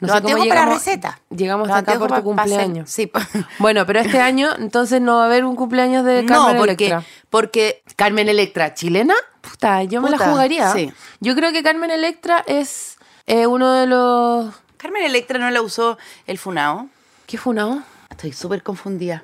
Speaker 3: No
Speaker 2: Los
Speaker 3: sé cómo
Speaker 2: anteojos para
Speaker 3: llegamos-
Speaker 2: receta.
Speaker 3: Llegamos
Speaker 2: Los
Speaker 3: hasta acá por tu
Speaker 2: anteojos pa- pa hacer-
Speaker 3: cumpleaños.
Speaker 2: Sí, po.
Speaker 3: Bueno, pero este año entonces no va a haber un cumpleaños de Carmen
Speaker 2: no, porque,
Speaker 3: Electra.
Speaker 2: porque
Speaker 3: Carmen Electra, chilena, puta, yo me la
Speaker 2: Puta,
Speaker 3: jugaría.
Speaker 2: sí.
Speaker 3: Yo creo que Carmen Electra es eh, uno de los.
Speaker 2: Carmen Electra no la usó el Funao.
Speaker 3: ¿Qué fue una O?
Speaker 2: Estoy súper confundida.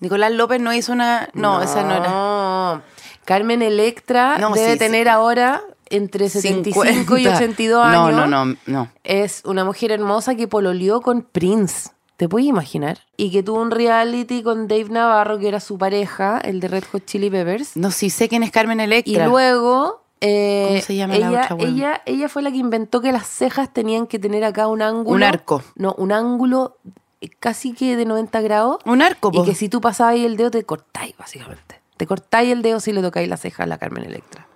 Speaker 2: Nicolás López no hizo una. No, esa no era.
Speaker 3: No. Carmen Electra
Speaker 2: No,
Speaker 3: debe
Speaker 2: sí,
Speaker 3: tener ahora entre 75 y
Speaker 2: 50.
Speaker 3: 82
Speaker 2: No,
Speaker 3: años.
Speaker 2: no, no, no.
Speaker 3: Es una mujer hermosa que pololeó con Prince. ¿Te puedes imaginar? Y que tuvo un reality con Dave Navarro, que era su pareja, el de Red Hot Chili Peppers.
Speaker 2: No, sí sé quién es Carmen
Speaker 3: Y
Speaker 2: Electra.
Speaker 3: luego. eh,
Speaker 2: ¿Cómo se llama la
Speaker 3: ella,
Speaker 2: otra weona?
Speaker 3: ella, ella fue la que inventó que las cejas tenían que tener acá un ángulo.
Speaker 2: Un arco.
Speaker 3: No, un ángulo eh, casi que de 90 grados.
Speaker 2: Un arco, po.
Speaker 3: Y que si tú pasabas ahí el dedo, te cortáis, básicamente. Te cortáis el dedo si le tocáis la ceja a la Carmen Electra.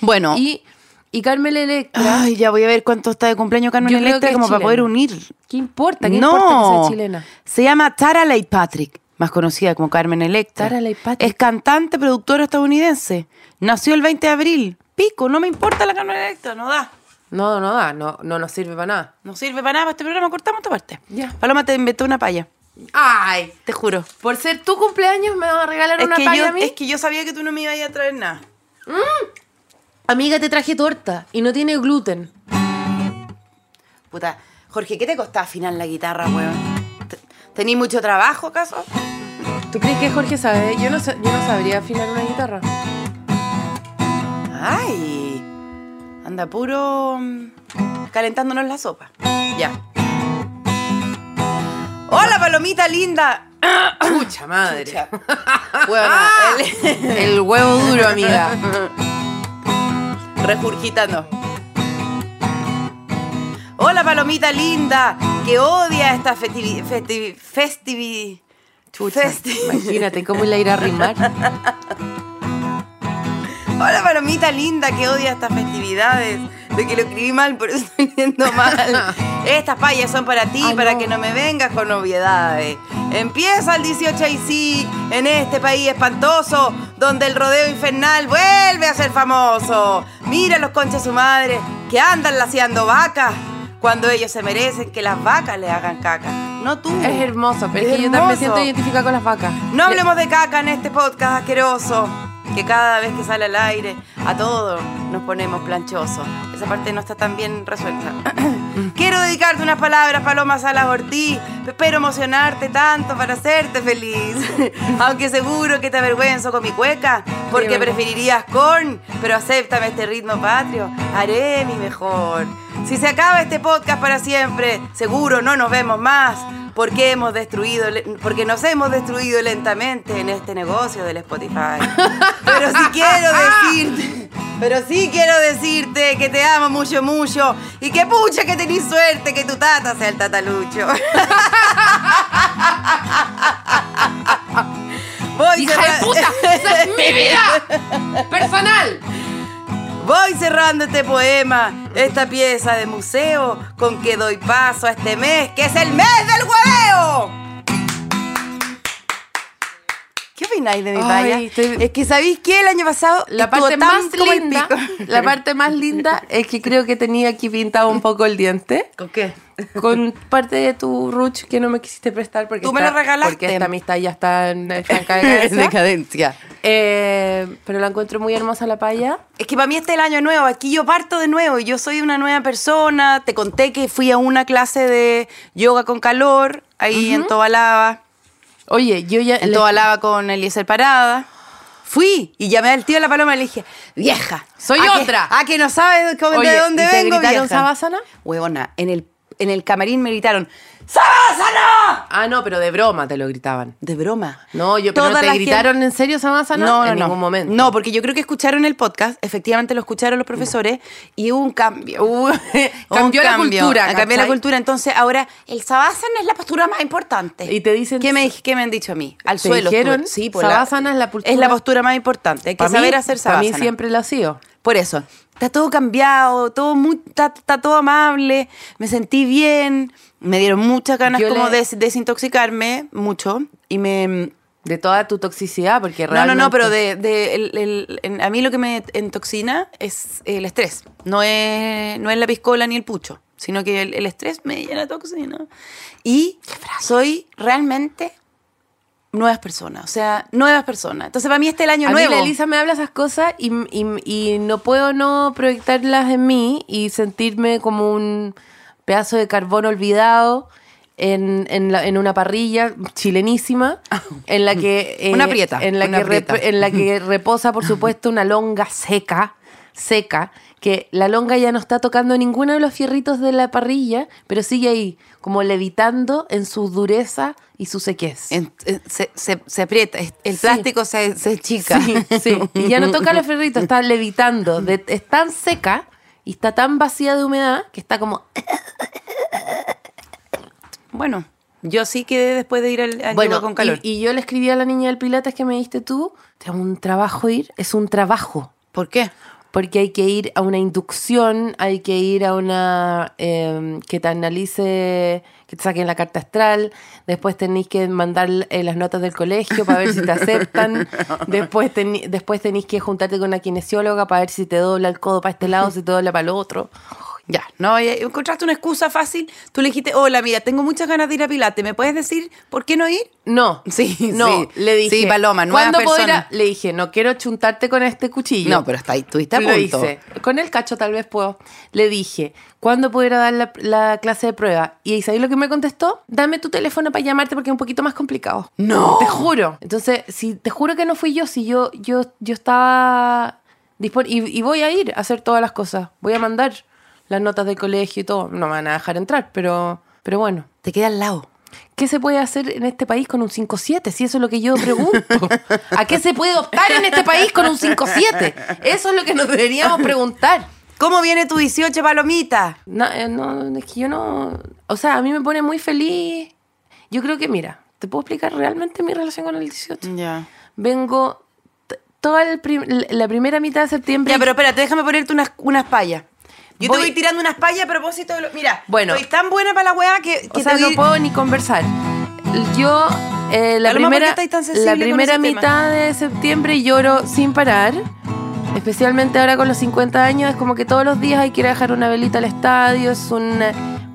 Speaker 2: Bueno.
Speaker 3: Y, y Carmen Electra,
Speaker 2: Ay, ya voy a ver cuánto está de cumpleaños Carmen
Speaker 3: Yo creo
Speaker 2: Electra
Speaker 3: que es
Speaker 2: como para
Speaker 3: chilena.
Speaker 2: poder unir.
Speaker 3: ¿qué importa? ¿Qué importa que
Speaker 2: no.
Speaker 3: sea chilena?
Speaker 2: Se llama Tara Leigh Patrick, más conocida como Carmen Electra.
Speaker 3: Tara Leigh Patrick.
Speaker 2: Es cantante, productora estadounidense. Nació el 20 de abril. Pico, no me importa la Carmen Electra, no da.
Speaker 3: No, no da, no, no nos sirve para nada.
Speaker 2: No sirve para nada para este programa, cortamos esta parte.
Speaker 3: Ya.
Speaker 2: Paloma te inventó una paya,
Speaker 3: ¡Ay!
Speaker 2: te juro.
Speaker 3: Por ser tu cumpleaños, me vas a regalar
Speaker 2: Es
Speaker 3: una
Speaker 2: que,
Speaker 3: palla
Speaker 2: yo,
Speaker 3: a mí.
Speaker 2: es que yo sabía que tú no me ibas a traer nada.
Speaker 3: Amiga, te traje torta y no tiene gluten.
Speaker 2: Puta, Jorge, ¿qué te costaba afinar la guitarra, weón? Te- ¿Tení mucho trabajo, acaso?
Speaker 3: ¿Tú crees que Jorge sabe? Yo no, sa- yo no sabría afinar una guitarra.
Speaker 2: Ay, anda puro mm, calentándonos la sopa. Ya. Hola, palomita linda.
Speaker 3: Mucha madre. Ah.
Speaker 2: Chucha. Bueno, él-
Speaker 3: El huevo duro, amiga.
Speaker 2: regurgitando. Hola, palomita linda, que odia esta festivi... festivi... festivi
Speaker 3: Chucha,
Speaker 2: festi-
Speaker 3: Imagínate cómo le irá a rimar.
Speaker 2: Hola, palomita linda que odia estas festividades. de que lo escribí mal, por eso estoy viendo mal. Estas payas son para ti,
Speaker 3: Ay,
Speaker 2: para
Speaker 3: no.
Speaker 2: que no me vengas con novedades. Empieza el 18 y sí, en este país espantoso, donde el rodeo infernal vuelve a ser famoso. Mira los conchas su madre, que andan laciando vacas, cuando ellos se merecen que las vacas le hagan caca. No tú.
Speaker 3: Es hermoso, pero
Speaker 2: Es
Speaker 3: es que yo también me
Speaker 2: hermoso.
Speaker 3: siento identificada con las vacas.
Speaker 2: No hablemos de caca en este podcast asqueroso, que cada vez que sale al aire, a todos nos ponemos planchosos. Esa parte no está tan bien resuelta. Quiero dedicarte unas palabras, Paloma Salas Ortiz. Espero emocionarte tanto para hacerte feliz. Aunque seguro que te avergüenzo con mi cueca, porque
Speaker 3: Sí, bueno.
Speaker 2: preferirías corn, pero acéptame este ritmo patrio. Haré mi mejor. Si se acaba este podcast para siempre, seguro no nos vemos más. Porque, hemos destruido, le- porque nos hemos destruido lentamente en este negocio del Spotify. Pero sí quiero decirte, pero sí quiero decirte que te amo mucho, mucho. Y que pucha que tenés suerte que tu tata sea el tatalucho. Voy
Speaker 3: ¡Hija
Speaker 2: cerra-
Speaker 3: de puta! ¡Esa es mi vida! ¡Personal!
Speaker 2: Voy cerrando este poema, esta pieza de museo con que doy paso a este mes, que es el mes del hueveo. ¿Qué opináis de mi
Speaker 3: Ay,
Speaker 2: valla?
Speaker 3: estoy-
Speaker 2: Es que sabéis que el año pasado
Speaker 3: La
Speaker 2: estuvo
Speaker 3: parte
Speaker 2: tan
Speaker 3: más
Speaker 2: como el
Speaker 3: linda,
Speaker 2: pico.
Speaker 3: la parte más linda es que creo que tenía aquí pintado un poco el diente
Speaker 2: ¿Con qué?
Speaker 3: con parte de tu ruch que no me quisiste prestar porque
Speaker 2: Tú me lo
Speaker 3: está-
Speaker 2: regalaste.
Speaker 3: porque esta amistad ya está en en franca decadencia.
Speaker 2: Decadencia.
Speaker 3: Eh, pero la encuentro muy hermosa la paya.
Speaker 2: Es que para mí este es el año nuevo, aquí yo parto de nuevo, yo soy una nueva persona, te conté que fui a una clase de yoga con calor, ahí en Tobalaba,
Speaker 3: Oye, yo ya
Speaker 2: en
Speaker 3: le-
Speaker 2: Tobalaba con Eliezer Parada. Fui y llamé al tío de la paloma y le dije, vieja,
Speaker 3: Soy
Speaker 2: ¿a que-
Speaker 3: otra?"
Speaker 2: a que no sabes cómo-
Speaker 3: Oye,
Speaker 2: de dónde
Speaker 3: ¿y te
Speaker 2: vengo,
Speaker 3: gritaron
Speaker 2: vieja.
Speaker 3: Savasana?
Speaker 2: Huevona, en el, en el camarín me gritaron, ¡Sabásana!
Speaker 3: Ah, no, pero de broma te lo gritaban.
Speaker 2: De broma.
Speaker 3: No, yo pero
Speaker 2: Toda
Speaker 3: te
Speaker 2: la
Speaker 3: gritaron en serio Samásana
Speaker 2: No, no,
Speaker 3: en
Speaker 2: no.
Speaker 3: ningún momento.
Speaker 2: No, porque yo creo que escucharon el podcast, efectivamente lo escucharon los profesores y hubo un cambio. hubo- hubo
Speaker 3: Cambió la cultura,
Speaker 2: Cambió la
Speaker 3: ¿cachai?
Speaker 2: cultura. Entonces ahora el sabásana es la postura más importante.
Speaker 3: Y te dicen-
Speaker 2: ¿Qué me, dij- qué me han dicho a mí? Al
Speaker 3: ¿Te
Speaker 2: suelo.
Speaker 3: dijeron?
Speaker 2: estuve. Sí, por la-
Speaker 3: Savasana es la
Speaker 2: Es la
Speaker 3: postura-
Speaker 2: postura más importante. Hay que
Speaker 3: Pa' mí-
Speaker 2: saber hacer
Speaker 3: pa'
Speaker 2: sabásana.
Speaker 3: mí siempre lo ha sido.
Speaker 2: Por eso, está todo cambiado, todo muy, está, está todo amable, me sentí bien, me dieron muchas ganas
Speaker 3: Yo
Speaker 2: como
Speaker 3: le-
Speaker 2: de desintoxicarme, mucho, y me,
Speaker 3: De toda tu toxicidad, porque
Speaker 2: no, no,
Speaker 3: realmente-
Speaker 2: no, pero de, de el- el- en- a mí lo que me entoxina es el estrés. No es, no es la piscola ni el pucho, sino que el, el estrés me llena de toxina. Y soy realmente nuevas personas, o sea, nuevas personas. Entonces para mí este es el año
Speaker 3: A mí
Speaker 2: nuevo.
Speaker 3: la Elisa me habla esas cosas y, y- y no puedo no proyectarlas en mí y sentirme como un pedazo de carbón olvidado en, en la- en una parrilla chilenísima en la que eh,
Speaker 2: Una prieta,
Speaker 3: en la
Speaker 2: una
Speaker 3: que rep-
Speaker 2: prieta.
Speaker 3: en la que reposa por supuesto una longa seca seca que la longa ya no está tocando ninguno de los fierritos de la parrilla pero sigue ahí como levitando en su dureza y su sequez
Speaker 2: En- en- se, se- se aprieta, es- el
Speaker 3: Sí.
Speaker 2: plástico se, se chica.
Speaker 3: Sí, sí. Y ya no toca los ferritos, está levitando. De- es tan seca y está tan vacía de humedad que está como.
Speaker 2: Bueno, yo sí quedé después de ir al, al yoga con calor.
Speaker 3: Y, y yo le escribí a la niña del Pilates que me diste tú: te hago un trabajo ir, es un trabajo.
Speaker 2: ¿Por qué?
Speaker 3: Porque hay que ir a una inducción, hay que ir a una eh, que te analice, que te saquen la carta astral, después tenéis que mandar eh, las notas del colegio para ver si te aceptan, después, teni- después tenéis que juntarte con una kinesióloga para ver si te dobla el codo para este lado, si te dobla para el otro.
Speaker 2: Ya, no, ya, encontraste una excusa fácil. Tú le dijiste, hola, mira, tengo muchas ganas de ir a Pilate. ¿Me puedes decir por qué no ir?
Speaker 3: No.
Speaker 2: Sí,
Speaker 3: no.
Speaker 2: sí.
Speaker 3: Le dije.
Speaker 2: Sí, Paloma, nueva
Speaker 3: ¿cuándo puedo ir a-?"
Speaker 2: persona.
Speaker 3: Le dije, no quiero chuntarte con este cuchillo.
Speaker 2: No, pero está ahí, estuviste a
Speaker 3: Lo
Speaker 2: punto.
Speaker 3: hice. Con el cacho tal vez puedo. Le dije, ¿cuándo puedo ir a dar la, la clase de prueba? Y ¿sabéis lo que me contestó? Dame tu teléfono para llamarte porque es un poquito más complicado.
Speaker 2: No.
Speaker 3: Te juro. Entonces, si te juro que no fui yo, si yo, yo, yo estaba dispon- y, y voy a ir a hacer todas las cosas. Voy a mandar las notas del colegio y todo. No me van a dejar entrar, pero, pero bueno.
Speaker 2: Te queda al lado.
Speaker 3: ¿Qué se puede hacer en este país con un 5-7? Si eso es lo que yo pregunto. ¿A qué se puede optar en este país con un 5-7? Eso es lo que nos deberíamos preguntar.
Speaker 2: ¿Cómo viene tu 18 palomita?
Speaker 3: No, eh, no, es que yo no. O sea, a mí me pone muy feliz. Yo creo que, mira, te puedo explicar realmente mi relación con el 18.
Speaker 2: Ya.
Speaker 3: Vengo t- toda el prim- la primera mitad de septiembre.
Speaker 2: Ya, pero espérate, déjame ponerte unas, unas payas. Yo
Speaker 3: Voy-
Speaker 2: te voy tirando unas payas a propósito de lo- Mira,
Speaker 3: Bueno.
Speaker 2: soy tan buena para la weá que, que
Speaker 3: O sea,
Speaker 2: te
Speaker 3: no
Speaker 2: voy-
Speaker 3: puedo ni conversar. Yo, eh, la
Speaker 2: A lo mejor
Speaker 3: primera,
Speaker 2: que estáis tan sensible
Speaker 3: la
Speaker 2: con
Speaker 3: primera
Speaker 2: ese tema.
Speaker 3: mitad de septiembre lloro sin parar. Especialmente ahora con los 50 años, es como que todos los días hay que ir a dejar una velita al estadio. Es un.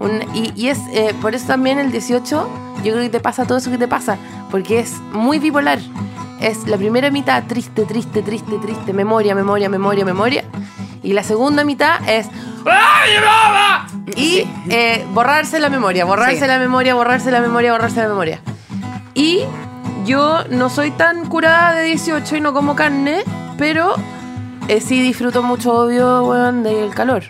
Speaker 3: un- y, y es eh, por eso también el 18, yo creo que te pasa todo eso que te pasa, porque es muy bipolar. Es la primera mitad triste, triste, triste, triste, memoria, memoria, memoria, memoria. Y la segunda mitad es y eh, borrarse la memoria, borrarse
Speaker 2: Sí.
Speaker 3: la memoria, borrarse la memoria, borrarse la memoria. Y yo no soy tan curada de 18 y no como carne, pero eh, sí disfruto mucho, obvio, weón, del calor.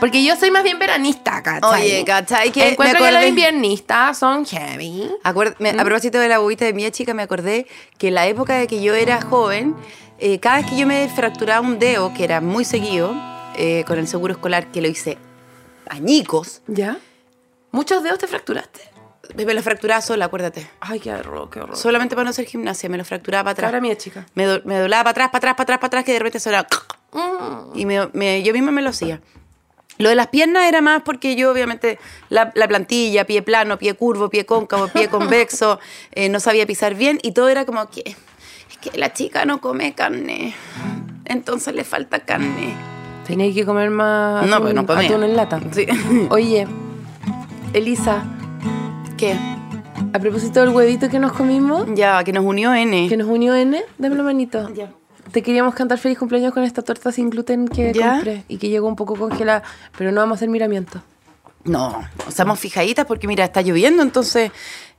Speaker 3: Porque yo soy más bien veranista, ¿cachai?
Speaker 2: Oye, ¿cachai? Que me
Speaker 3: Encuentro que los
Speaker 2: acordé-
Speaker 3: inviernistas son heavy.
Speaker 2: Acuer- me- A propósito de la bobita de mi chica, me acordé que en la época de que yo era joven, eh, cada vez que yo me fracturaba un dedo, que era muy seguido, eh, con el seguro escolar, que lo hice añicos,
Speaker 3: ¿Ya? ¿Muchos dedos te fracturaste?
Speaker 2: me lo fracturaba sola, acuérdate.
Speaker 3: Ay, qué horror, qué horror.
Speaker 2: Solamente para no hacer gimnasia, me lo fracturaba para
Speaker 3: Ahora
Speaker 2: atrás.
Speaker 3: mía, chica.
Speaker 2: Me, do- me doblaba para atrás, para atrás, para atrás, para atrás, que de repente sonaba...
Speaker 3: Mm.
Speaker 2: Y me- me- yo misma me lo hacía. Lo de las piernas era más porque yo, obviamente, la, la plantilla, pie plano, pie curvo, pie cóncavo, pie convexo, eh, no sabía pisar bien y todo era como que es que la chica no come carne, entonces le falta carne.
Speaker 3: Tenía que comer más
Speaker 2: No,
Speaker 3: atún-
Speaker 2: pues no comía.
Speaker 3: atún en lata.
Speaker 2: Sí.
Speaker 3: Oye, Elisa,
Speaker 2: ¿Qué?
Speaker 3: a propósito del huevito que nos comimos,
Speaker 2: Ya, que nos unió N.
Speaker 3: que nos unió N, dame la manito.
Speaker 2: Ya.
Speaker 3: Te queríamos cantar feliz cumpleaños con esta torta sin gluten que
Speaker 2: ¿Ya?
Speaker 3: compré y que llegó un poco congelada, pero no vamos a hacer miramiento.
Speaker 2: No, estamos fijaditas porque mira, está lloviendo, entonces,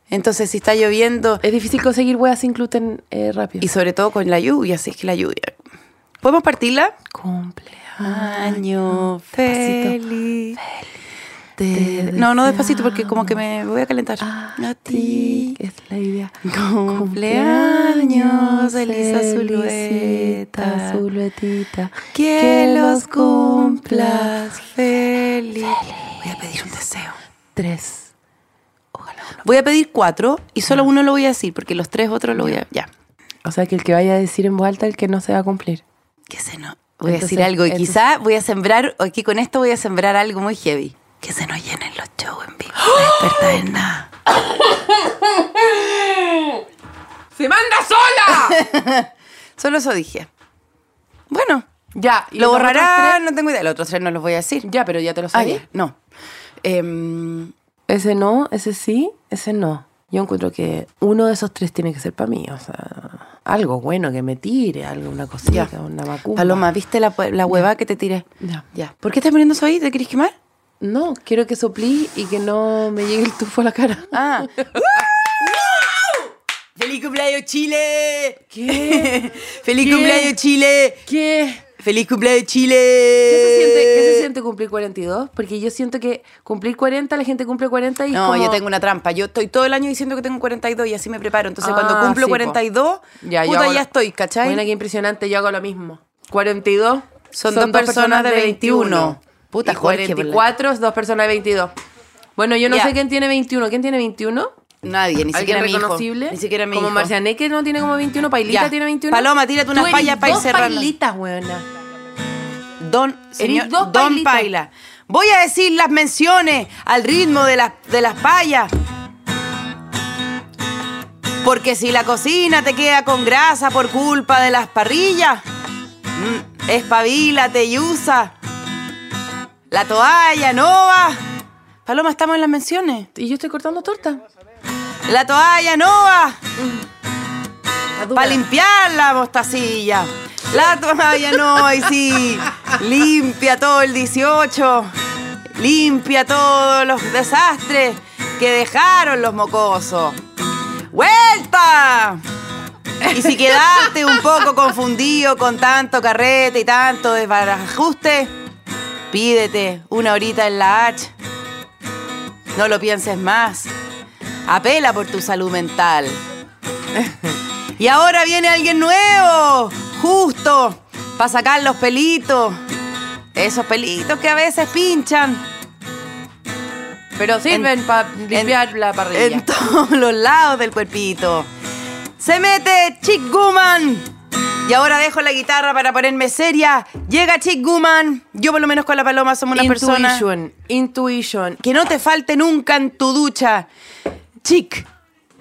Speaker 2: entonces si está lloviendo
Speaker 3: Es difícil conseguir huevas sin gluten eh, rápido.
Speaker 2: y sobre todo con la lluvia, así es que la lluvia. ¿Podemos partirla?
Speaker 3: Cumpleaños.
Speaker 2: Año
Speaker 3: Despacito.
Speaker 2: feliz. Te- no, no despacito porque como que me voy a calentar. A ti.
Speaker 3: que es la idea.
Speaker 2: Cumpleaños, Elisa Zulueta.
Speaker 3: Zuluetita.
Speaker 2: Que los cumplas feliz. Voy a pedir un deseo.
Speaker 3: Tres. Ojalá uno.
Speaker 2: Voy a pedir cuatro y solo uno lo voy a decir porque los tres otros lo voy a. Ya.
Speaker 3: O sea, que el que vaya a decir en voz alta el que no se va a cumplir.
Speaker 2: Que se no. Voy a
Speaker 3: Entonces,
Speaker 2: decir algo y
Speaker 3: entonces-
Speaker 2: quizá voy a sembrar, aquí con esto voy a sembrar algo muy heavy. ¡Oh! Que se nos llenen los shows en vivo. No despertar en nada.
Speaker 3: ¡Se manda sola!
Speaker 2: Solo eso dije. Bueno.
Speaker 3: ya.
Speaker 2: Lo borrará, no tengo idea. Los otros tres no los voy a decir.
Speaker 3: Ya, pero ya te lo
Speaker 2: Ah,
Speaker 3: sabía.
Speaker 2: ya, no. Em,
Speaker 3: Ese no, ese sí, ese no. Yo encuentro que uno de esos tres tiene que ser para mí. O sea, algo bueno que me tire, algo, una cosita,
Speaker 2: Ya.
Speaker 3: una vacuna.
Speaker 2: Paloma, ¿viste la, la hueva que te tiré?
Speaker 3: Ya.
Speaker 2: Ya. ¿Por qué estás poniendo eso ahí? ¿Te quieres quemar?
Speaker 3: No, quiero que soplí y que no me llegue el tufo a la cara.
Speaker 2: Ah. ¡Feliz cumpleaños, Chile!
Speaker 3: ¿Qué?
Speaker 2: ¡Feliz
Speaker 3: ¿Qué?
Speaker 2: cumpleaños, Chile!
Speaker 3: ¿Qué?
Speaker 2: ¡Feliz cumpleaños, Chile!
Speaker 3: ¿Qué se, siente,
Speaker 2: Eh.
Speaker 3: qué se siente cumplir 42? Porque yo siento que cumplir 40, la gente cumple 40 y es
Speaker 2: No,
Speaker 3: como-
Speaker 2: yo tengo una trampa. Yo estoy todo el año diciendo que tengo 42 y así me preparo. Entonces,
Speaker 3: Ah,
Speaker 2: cuando cumplo
Speaker 3: sí, po.
Speaker 2: 42,
Speaker 3: yo
Speaker 2: puta,
Speaker 3: hago
Speaker 2: ya
Speaker 3: lo-
Speaker 2: estoy, ¿cachai?
Speaker 3: Bueno, qué impresionante, yo hago lo mismo. 42
Speaker 2: Son dos personas de 21. Puta,
Speaker 3: y
Speaker 2: Jorge, por la-
Speaker 3: 44 es dos personas de 22. Bueno, yo no
Speaker 2: Ya.
Speaker 3: sé quién tiene 21. ¿Quién tiene 21?
Speaker 2: Nadie, ni
Speaker 3: ¿Alguien
Speaker 2: siquiera mi hijo.
Speaker 3: reconocible?
Speaker 2: Ni siquiera mi
Speaker 3: Como
Speaker 2: hijo.
Speaker 3: Marciané que no tiene como 21, Pailita
Speaker 2: Ya.
Speaker 3: tiene 21.
Speaker 2: Paloma, tírate una
Speaker 3: Tú eres
Speaker 2: palla pa' ir
Speaker 3: dos
Speaker 2: cerrando.
Speaker 3: pailitas, weona.
Speaker 2: Don, señor,
Speaker 3: dos
Speaker 2: Don
Speaker 3: pailitas.
Speaker 2: Paila. Voy a decir las menciones al ritmo de las, de las payas. Porque si la cocina te queda con grasa por culpa de las parrillas, mm, espabilate y usa. La toalla no va. Paloma, estamos en las menciones.
Speaker 3: Y yo estoy cortando torta.
Speaker 2: La toalla no va.
Speaker 3: Está dura.
Speaker 2: Para limpiar la mostacilla. La toalla no, y sí. Limpia todo el 18. Limpia todos los desastres que dejaron los mocosos. ¡Vuelta! Y si quedaste un poco confundido con tanto carrete y tanto desbarajuste, pídete una horita en la H. No lo pienses más. Apela por tu salud mental. Y ahora viene alguien nuevo, justo, para sacar los pelitos. Esos pelitos que a veces pinchan
Speaker 3: Pero sirven para limpiar la parrilla.
Speaker 2: en todos los lados del cuerpito. Se mete Chick Guman Y ahora dejo la guitarra para ponerme seria. Llega Chick Guman. Yo por lo menos con la paloma somos una persona
Speaker 3: Intuition, intuition.
Speaker 2: que no te falte nunca en tu ducha. Chick,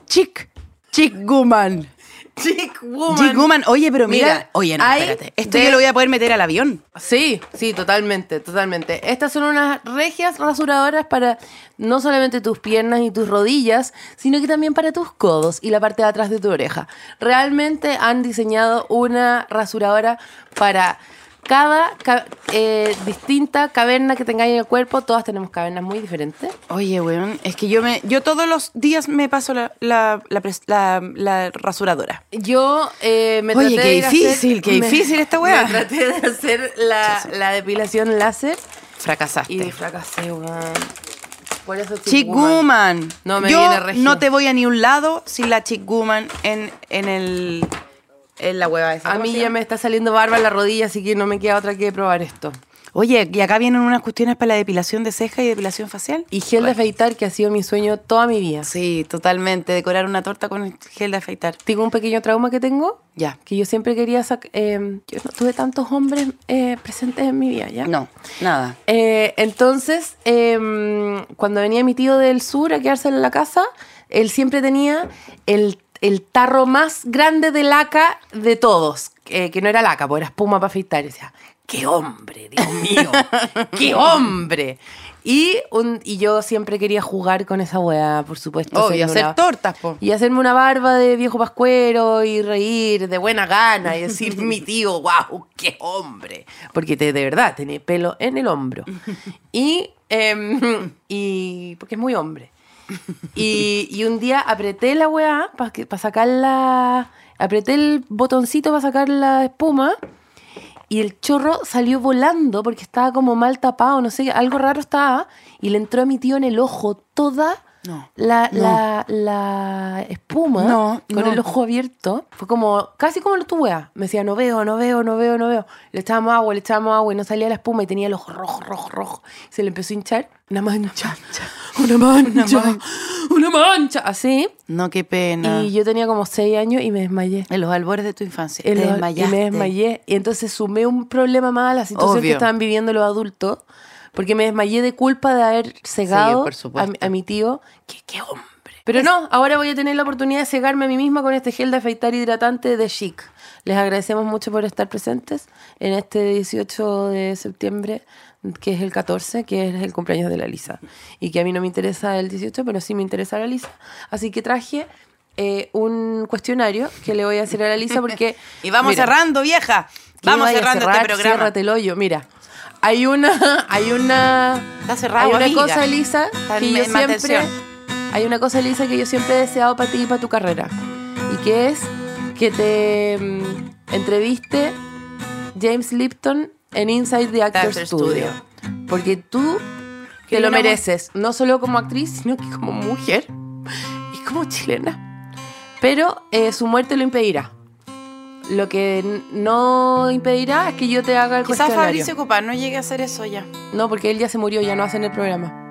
Speaker 2: chick, chick Guman.
Speaker 3: Chick woman.
Speaker 2: Chick Guman, oye, pero mira,
Speaker 3: Mira,
Speaker 2: oye, no,
Speaker 3: hay
Speaker 2: espérate. Esto
Speaker 3: de-
Speaker 2: yo lo voy a poder meter al avión.
Speaker 3: Sí, sí, totalmente, totalmente. Estas son unas regias rasuradoras para no solamente tus piernas y tus rodillas, sino que también para tus codos y la parte de atrás de tu oreja. Realmente han diseñado una rasuradora para cada ca- eh, distinta caverna que tengáis en el cuerpo. Todas tenemos cavernas muy diferentes.
Speaker 2: Oye, weón, es que yo me, yo todos los días me paso la, la, la pres- la- la rasuradora.
Speaker 3: Yo eh, me
Speaker 2: Oye,
Speaker 3: traté
Speaker 2: qué
Speaker 3: de ir a
Speaker 2: difícil,
Speaker 3: hacer-
Speaker 2: qué difícil esta weá.
Speaker 3: Me traté de hacer la, la depilación láser
Speaker 2: Fracasaste.
Speaker 3: y fracasé, weón. Por eso
Speaker 2: Chick
Speaker 3: Woman.
Speaker 2: Woman.
Speaker 3: No, me
Speaker 2: Yo
Speaker 3: viene regio.
Speaker 2: no te voy a ni un lado sin la Chick Woman en, en el en la hueva esa.
Speaker 3: A
Speaker 2: ¿Cómo
Speaker 3: mí
Speaker 2: se
Speaker 3: ya
Speaker 2: llama?
Speaker 3: me está saliendo barba en la rodilla, así que no me queda otra que probar esto.
Speaker 2: Oye, y acá vienen unas cuestiones para la depilación de ceja y depilación facial.
Speaker 3: Y gel de afeitar, que ha sido mi sueño toda mi vida.
Speaker 2: Sí, totalmente. Decorar una torta con el gel de afeitar.
Speaker 3: Tengo un pequeño trauma que tengo,
Speaker 2: Ya.
Speaker 3: que yo siempre quería sacar... yo no tuve tantos hombres eh, presentes en mi vida, ¿ya?
Speaker 2: No, nada.
Speaker 3: Eh, entonces, em, cuando venía mi tío del sur a quedarse en la casa, él siempre tenía el, el tarro más grande de laca de todos, eh, que no era laca, porque era espuma para afeitar. Y decía, ¡qué hombre, Dios mío! ¡Qué hombre! Y, un- y yo siempre quería jugar con esa weá, por supuesto.
Speaker 2: Obvio,
Speaker 3: hacerme
Speaker 2: hacer
Speaker 3: una-
Speaker 2: tortas, po.
Speaker 3: y hacerme una barba de viejo pascuero y reír de buena gana y decir, mi tío, wow, qué hombre. Porque te- de verdad tiene pelo en el hombro. Y, em, y porque es muy hombre. Y, y un día apreté la weá para sacar la... Apreté el botoncito para sacar la espuma y el chorro salió volando porque estaba como mal tapado, no sé, algo raro estaba. Y le entró a mi tío en el ojo toda
Speaker 2: No,
Speaker 3: la,
Speaker 2: no.
Speaker 3: la- la espuma
Speaker 2: No,
Speaker 3: con
Speaker 2: no.
Speaker 3: el ojo abierto. Fue como, casi como lo tuve. Me decía, no veo, no veo, no veo, no veo. Le echábamos agua, le echábamos agua y no salía la espuma y tenía el ojo rojo, rojo, rojo. Se le empezó a hinchar. Una mancha, una mancha, una mancha, así.
Speaker 2: No, qué pena.
Speaker 3: Y yo tenía como seis años y me desmayé.
Speaker 2: En los albores de tu infancia.
Speaker 3: En
Speaker 2: te
Speaker 3: los-
Speaker 2: desmayaste.
Speaker 3: Y me desmayé. Y entonces sumé un problema más a la situación
Speaker 2: Obvio.
Speaker 3: que estaban viviendo los adultos. Porque me desmayé de culpa de haber cegado
Speaker 2: por
Speaker 3: a,
Speaker 2: supuesto.
Speaker 3: mi- a mi tío. ¡Qué, qué hombre! Pero no, ahora voy a tener la oportunidad de cegarme a mí misma con este gel de afeitar hidratante de Chic. Les agradecemos mucho por estar presentes en este 18 de septiembre, que es el 14, que es el cumpleaños de la Lisa. Y que a mí no me interesa el 18, pero sí me interesa la Lisa. Así que traje eh, un cuestionario que le voy a hacer a la Lisa porque...
Speaker 2: Y vamos
Speaker 3: mira,
Speaker 2: cerrando, vieja.
Speaker 3: ¿qué
Speaker 2: Vamos
Speaker 3: vaya a
Speaker 2: cerrando
Speaker 3: cerrar?
Speaker 2: este programa.
Speaker 3: Ciérrate el hoyo, mira. Hay una... Hay una...
Speaker 2: Está cerrado,
Speaker 3: Hay una
Speaker 2: amiga.
Speaker 3: cosa, Elisa,
Speaker 2: Está
Speaker 3: que
Speaker 2: en-
Speaker 3: yo
Speaker 2: en
Speaker 3: siempre.
Speaker 2: mantención.
Speaker 3: Hay una cosa, Elisa, que yo siempre he deseado para ti y para tu carrera. Y que es que te mm, entreviste James Lipton en Inside the Actor
Speaker 2: Actor
Speaker 3: Studio.
Speaker 2: Studio.
Speaker 3: Porque tú
Speaker 2: Que
Speaker 3: te lo
Speaker 2: una mu-
Speaker 3: mereces. No solo como actriz, sino que como mujer y como chilena. Pero eh, su muerte lo impedirá. Lo que n- no impedirá es que yo te haga el
Speaker 2: Quizás
Speaker 3: cuestionario.
Speaker 2: Fabricio Copán no llegue a hacer eso ya.
Speaker 3: No, porque él ya se murió, ya no hacen el programa.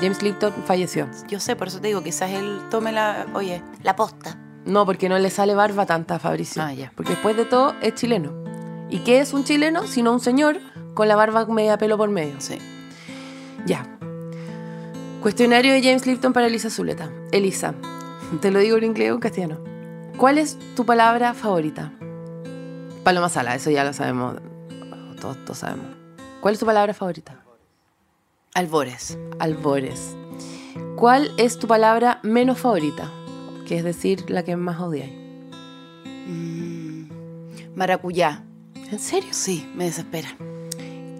Speaker 3: James Lipton falleció.
Speaker 2: Yo sé, por eso te digo, quizás él tome la, oye, la posta.
Speaker 3: No, porque no le sale barba tanta a Fabricio.
Speaker 2: Ah, ya.
Speaker 3: Porque después de todo es chileno. ¿Y qué es un chileno? Sino un señor con la barba media pelo por medio.
Speaker 2: Sí.
Speaker 3: Ya. Cuestionario de James Lipton para Elisa Zuleta. Elisa, te lo digo en inglés o en castellano. ¿Cuál es tu palabra favorita? Paloma Sala, eso ya lo sabemos. Todos, todos sabemos. ¿Cuál es tu palabra favorita?
Speaker 2: Albores.
Speaker 3: albores. ¿Cuál es tu palabra menos favorita? Que es decir, la que más odias.
Speaker 2: Mm, maracuyá.
Speaker 3: ¿En serio?
Speaker 2: Sí, me desespera.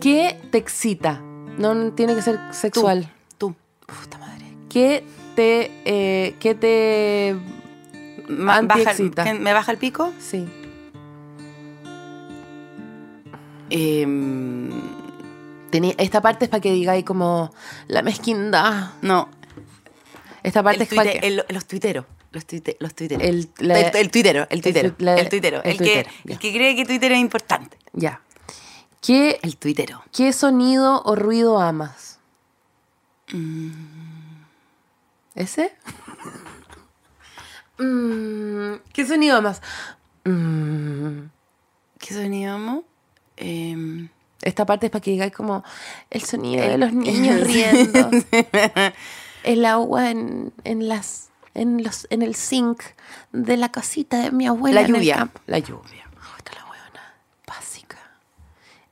Speaker 3: ¿Qué te excita? No no tiene que ser sexual.
Speaker 2: Tú. Puta madre.
Speaker 3: ¿Qué te... eh, ¿Qué te...
Speaker 2: Ma- baja el-
Speaker 3: Antiexcita.
Speaker 2: ¿qué- ¿Me baja el pico?
Speaker 3: Sí.
Speaker 2: Em,
Speaker 3: Tení- esta parte es para que digáis como la mezquindad.
Speaker 2: no.
Speaker 3: Esta parte
Speaker 2: El
Speaker 3: es para
Speaker 2: tuite-
Speaker 3: que...
Speaker 2: el- los tuiteros. Los, tuite- los tuiteros.
Speaker 3: El- la-
Speaker 2: El- el tuitero. El
Speaker 3: el
Speaker 2: tuitero.
Speaker 3: tuit- la-
Speaker 2: el tuitero.
Speaker 3: el
Speaker 2: El, que,
Speaker 3: tuitero, ya.
Speaker 2: el que cree que Twitter es importante.
Speaker 3: Ya. ¿Qué,
Speaker 2: El tuitero.
Speaker 3: ¿Qué sonido o ruido amas?
Speaker 2: Mm.
Speaker 3: ¿Ese? Mm, ¿Qué sonido amas? Mm,
Speaker 2: ¿Qué sonido amo? Em,
Speaker 3: Esta parte es para que digáis como el sonido de
Speaker 2: Eh,
Speaker 3: los niños riendo. El agua en, en las en los en el zinc de la casita de mi abuela.
Speaker 2: la
Speaker 3: en el
Speaker 2: lluvia.
Speaker 3: campo.
Speaker 2: La lluvia.
Speaker 3: Oh, esta es la huevona básica.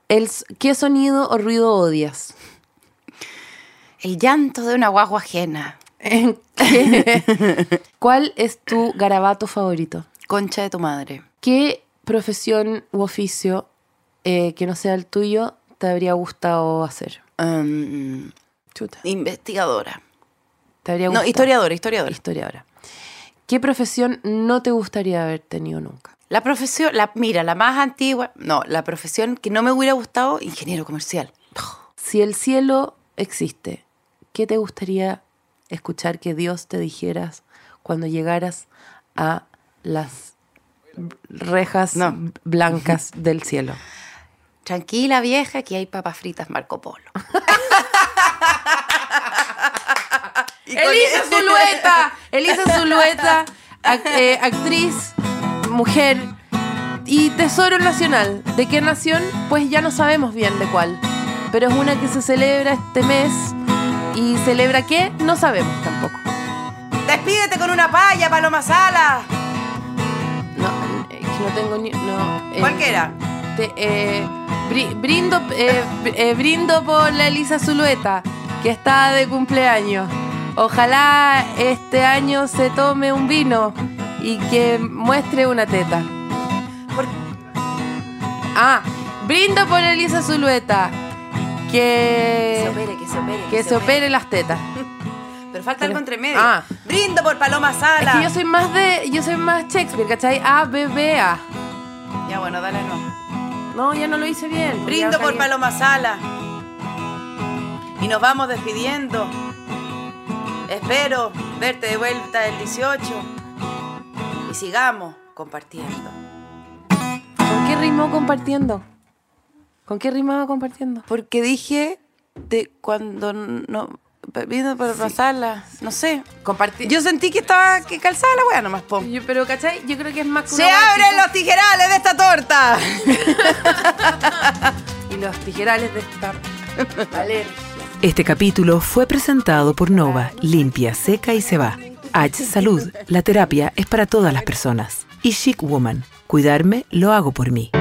Speaker 3: El, s- ¿Qué sonido o ruido odias?
Speaker 2: El llanto de una guagua ajena.
Speaker 3: ¿Cuál es tu garabato favorito?
Speaker 2: Concha de tu madre.
Speaker 3: ¿Qué profesión u oficio eh, que no sea el tuyo te habría gustado hacer?
Speaker 2: Em,
Speaker 3: Chuta.
Speaker 2: investigadora.
Speaker 3: ¿Te habría
Speaker 2: No,
Speaker 3: gustado?
Speaker 2: historiadora, historiadora.
Speaker 3: Historiadora. ¿Qué profesión no te gustaría haber tenido nunca?
Speaker 2: La profesión, la, mira, la más antigua, no, la profesión que no me hubiera gustado, ingeniero comercial.
Speaker 3: Si el cielo existe, ¿qué te gustaría escuchar que Dios te dijeras cuando llegaras a las rejas
Speaker 2: No.
Speaker 3: blancas del cielo?
Speaker 2: Tranquila vieja, que hay papas fritas Marco Polo.
Speaker 3: Elisa Zulueta, Elisa Zulueta, ac- eh, actriz, mujer y tesoro nacional. ¿De qué nación? Pues ya no sabemos bien de cuál. Pero es una que se celebra este mes y celebra qué? No sabemos tampoco.
Speaker 2: Despídete con una palla, Paloma Sala.
Speaker 3: No, eh, que no tengo ni. No, eh,
Speaker 2: ¿Cuál que era?
Speaker 3: te- eh, bri- brindo, eh, br- eh, brindo por la Elisa Zulueta, que está de cumpleaños. Ojalá este año se tome un vino y que muestre una teta.
Speaker 2: Por-
Speaker 3: Ah, brindo por Elisa Zulueta,
Speaker 2: Que se
Speaker 3: que,
Speaker 2: opere, que se opere.
Speaker 3: que se opere las tetas.
Speaker 2: Pero falta algo entre medio.
Speaker 3: Ah.
Speaker 2: Brindo por Paloma Sala.
Speaker 3: Es que yo soy más de, yo soy más Shakespeare, ¿cachai? A, B, B, A.
Speaker 2: Ya bueno, dale no.
Speaker 3: No, ya no lo hice bien.
Speaker 2: Brindo
Speaker 3: Ya
Speaker 2: por
Speaker 3: cagué.
Speaker 2: Paloma Sala. Y nos vamos despidiendo. Espero verte de vuelta el 18. Y sigamos compartiendo.
Speaker 3: ¿Con qué rimó compartiendo? ¿Con qué rimaba compartiendo?
Speaker 2: Porque dije de cuando no. Brindo por Paloma Sala. No sé.
Speaker 3: Compartir.
Speaker 2: Yo sentí que estaba que calzada la wea nomás, po.
Speaker 3: pero, ¿cachai? Yo creo que es más que
Speaker 2: ¡Se
Speaker 3: una
Speaker 2: abren
Speaker 3: guachita.
Speaker 2: los tijerales de esta torta!
Speaker 3: Y los tijerales de esta. Vale.
Speaker 1: Este capítulo fue presentado por Nova, limpia, seca y se va. H Salud, la terapia es para todas las personas. Y Chic Woman, cuidarme lo hago por mí.